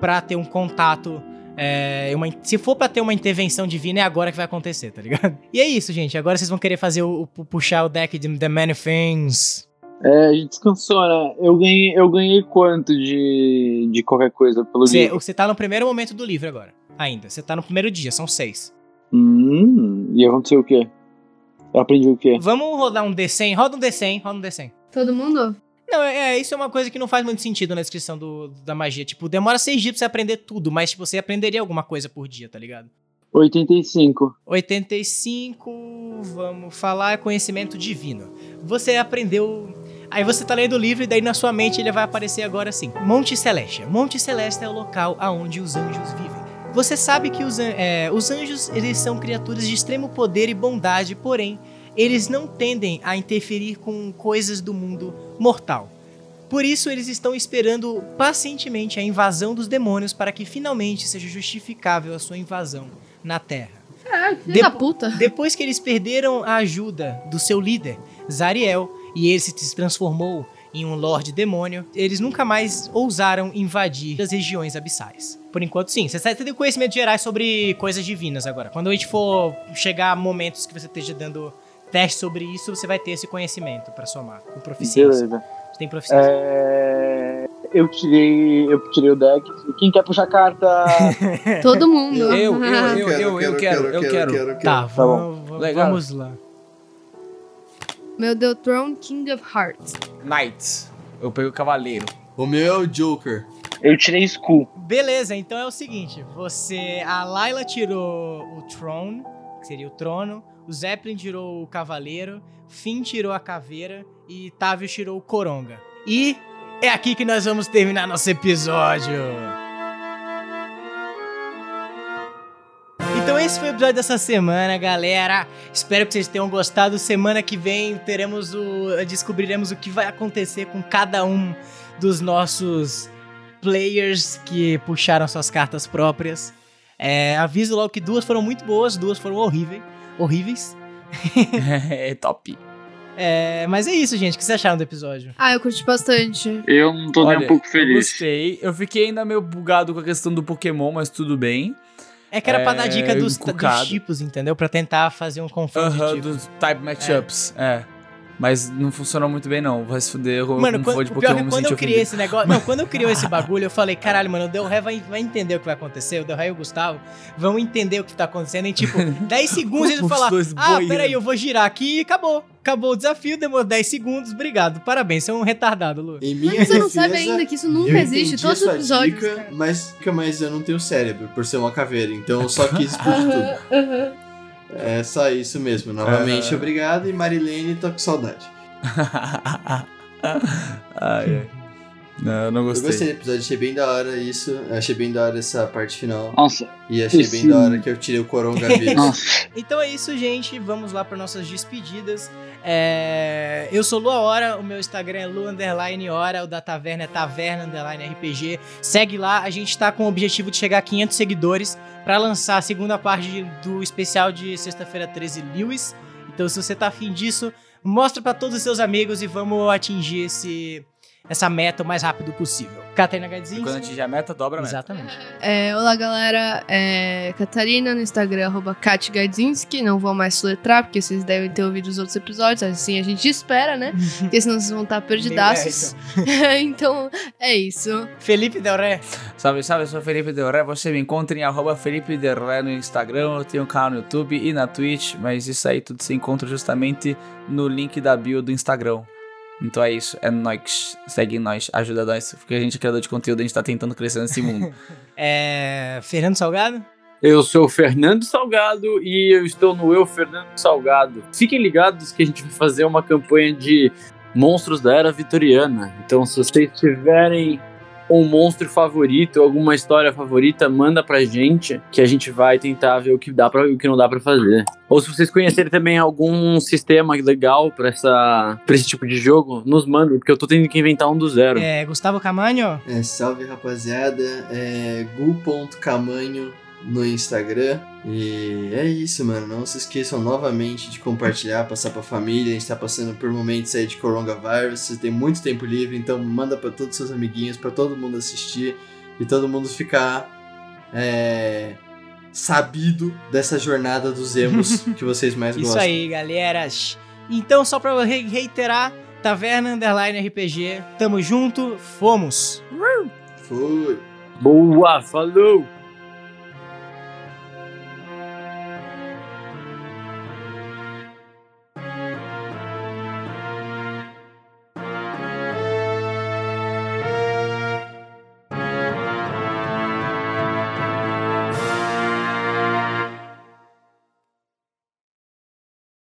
pra ter um contato. é, uma in- se for pra ter uma intervenção divina, é agora que vai acontecer, tá ligado? E é isso, gente. Agora vocês vão querer fazer o, o- puxar o deck de The Many Things. É, a gente descansou, né? Eu ganhei, eu ganhei quanto de, de qualquer coisa pelo Você, livro? você tá no primeiro momento do livro agora, ainda. Você tá no primeiro dia, são seis. Hum, e aconteceu o quê? Eu aprendi o quê? Vamos rodar um D100? Roda um D100, roda um D100. Todo mundo? Não, é, é, isso é uma coisa que não faz muito sentido na descrição do, da magia. Tipo, demora seis dias pra você aprender tudo, mas tipo, você aprenderia alguma coisa por dia, tá ligado? 85. 85, vamos falar, é conhecimento divino. Você aprendeu. Aí você tá lendo o livro e daí na sua mente ele vai aparecer agora assim: Monte Celeste. Monte Celeste é o local aonde os anjos vivem. Você sabe que os, an- é, os anjos eles são criaturas de extremo poder e bondade, porém, eles não tendem a interferir com coisas do mundo mortal. Por isso, eles estão esperando pacientemente a invasão dos demônios para que finalmente seja justificável a sua invasão na Terra. Caralho, filho Depo- da puta. Depois que eles perderam a ajuda do seu líder, Zariel, e ele se transformou em um Lorde Demônio, eles nunca mais ousaram invadir as regiões abissais. Por enquanto, sim. Você sabe- você tem conhecimentos gerais sobre coisas divinas agora. Quando a gente for chegar a momentos que você esteja dando testes sobre isso, você vai ter esse conhecimento pra somar com proficiência. Beleza. Você tem proficiência. É, eu tirei. Eu tirei o deck. Quem quer puxar carta? Todo mundo. Eu, eu, eu, eu, eu quero, eu quero. Tá, quero. Tá bom. vamos, vamos Legal. lá. Meu Deus, Throne King of Hearts. Knight. Eu peguei o cavaleiro. O meu é o Joker. Eu tirei school. Beleza, então é o seguinte: você. A Layla tirou o Throne, que seria o trono, o Zeppelin tirou o Cavaleiro, Finn tirou a caveira e Tavio tirou o Coronga. E é aqui que nós vamos terminar nosso episódio. Então esse foi o episódio dessa semana, galera. Espero que vocês tenham gostado. Semana que vem teremos o descobriremos o que vai acontecer com cada um dos nossos players que puxaram suas cartas próprias. É, aviso logo que duas foram muito boas, duas foram horríveis. horríveis. é top. É, mas é isso, gente. O que vocês acharam do episódio? Ah, eu curti bastante. Eu não tô nem Olha, um pouco Eu feliz. gostei. Eu fiquei ainda meio bugado com a questão do Pokémon, mas tudo bem. É que era pra dar É, dica dos, encucado. dos tipos, entendeu? Pra tentar fazer um confronto Aham, de tipos. dos type matchups. É. Mas não funcionou muito bem, não. Vai se fuder. Eu Mano, não quando, um vou de o pior é Pokémon que me quando senti eu criei ofendido. esse negócio. Não, quando eu criei esse bagulho, eu falei, caralho, mano, o Del Ré vai, vai entender o que vai acontecer, o Del Ré e o Gustavo vão entender o que tá acontecendo em tipo 10 segundos eles Os vão falar. dois Ah, boiando." peraí, eu vou girar aqui e acabou. Acabou o desafio, demorou 10 segundos, obrigado. Parabéns, você é um retardado, Lu. Em minha Mas você não defesa, sabe ainda que isso nunca é eu existe. entendi Todos os essa episódios. dica, cara. mas, mas eu não tenho cérebro, por ser uma caveira. Então eu só quis explodir tudo. É só isso mesmo. Novamente, É. obrigado. E Marilene, tô com saudade. Ai, ai. Não, eu não Eu gostei. gostei do episódio, achei bem da hora isso. Achei bem da hora essa parte final. Nossa, E achei Esse- bem da hora que eu tirei o coronga vírus. nossa. Então é isso, gente. Vamos lá para nossas despedidas. É, Eu sou Lua Hora, o meu Instagram é Lu Underline Hora, o da Taverna é Taverna Underline RPG. Segue lá, a gente tá com o objetivo de chegar a 500 seguidores para lançar a segunda parte de- do especial de sexta-feira 13 Lewis. Então se você tá afim disso, mostra para todos os seus amigos e vamos atingir esse, essa meta o mais rápido possível. Catarina Gadzinski. Quando atingir a meta, dobra a meta. Exatamente. É, olá, galera. É, Catarina no Instagram, arroba Kati Gadzinski. Não vou mais soletrar, porque vocês devem ter ouvido os outros episódios. Assim a gente espera, né? Porque senão vocês vão estar perdidaços. então, é isso. Felipe Del Ré. Salve, salve, eu sou Felipe Del Ré. Você me encontra em arroba Felipe Del Ré no Instagram, eu tenho um canal no YouTube e na Twitch, mas isso aí tudo se encontra justamente no link da bio do Instagram. Então é isso, é nóis. Segue nós, ajuda nós, porque a gente é criador de conteúdo, a gente tá tentando crescer nesse mundo. É, Fernando Salgado. Eu sou o Fernando Salgado e eu estou no Eu Fernando Salgado. Fiquem ligados que a gente vai fazer uma campanha de monstros da era vitoriana. Então, se vocês tiverem um monstro favorito, alguma história favorita, manda pra gente que a gente vai tentar ver o que dá para o que não dá pra fazer. Ou se vocês conhecerem também algum sistema legal pra essa para esse tipo de jogo, nos mandem, porque eu tô tendo que inventar um do zero. É, Gustavo Camanho. É, salve, rapaziada. É gu.camanho no Instagram. E é isso, mano. Não se esqueçam novamente de compartilhar, passar pra família. A gente tá passando por momentos aí de coronavírus. Você tem muito tempo livre, então manda pra todos os seus amiguinhos, pra todo mundo assistir e todo mundo ficar é, sabido dessa jornada dos emos que vocês mais Isso gostam. aí, galera. Então, só pra re- reiterar, Taverna Underline RPG, tamo junto, fomos! Fui. Boa, falou!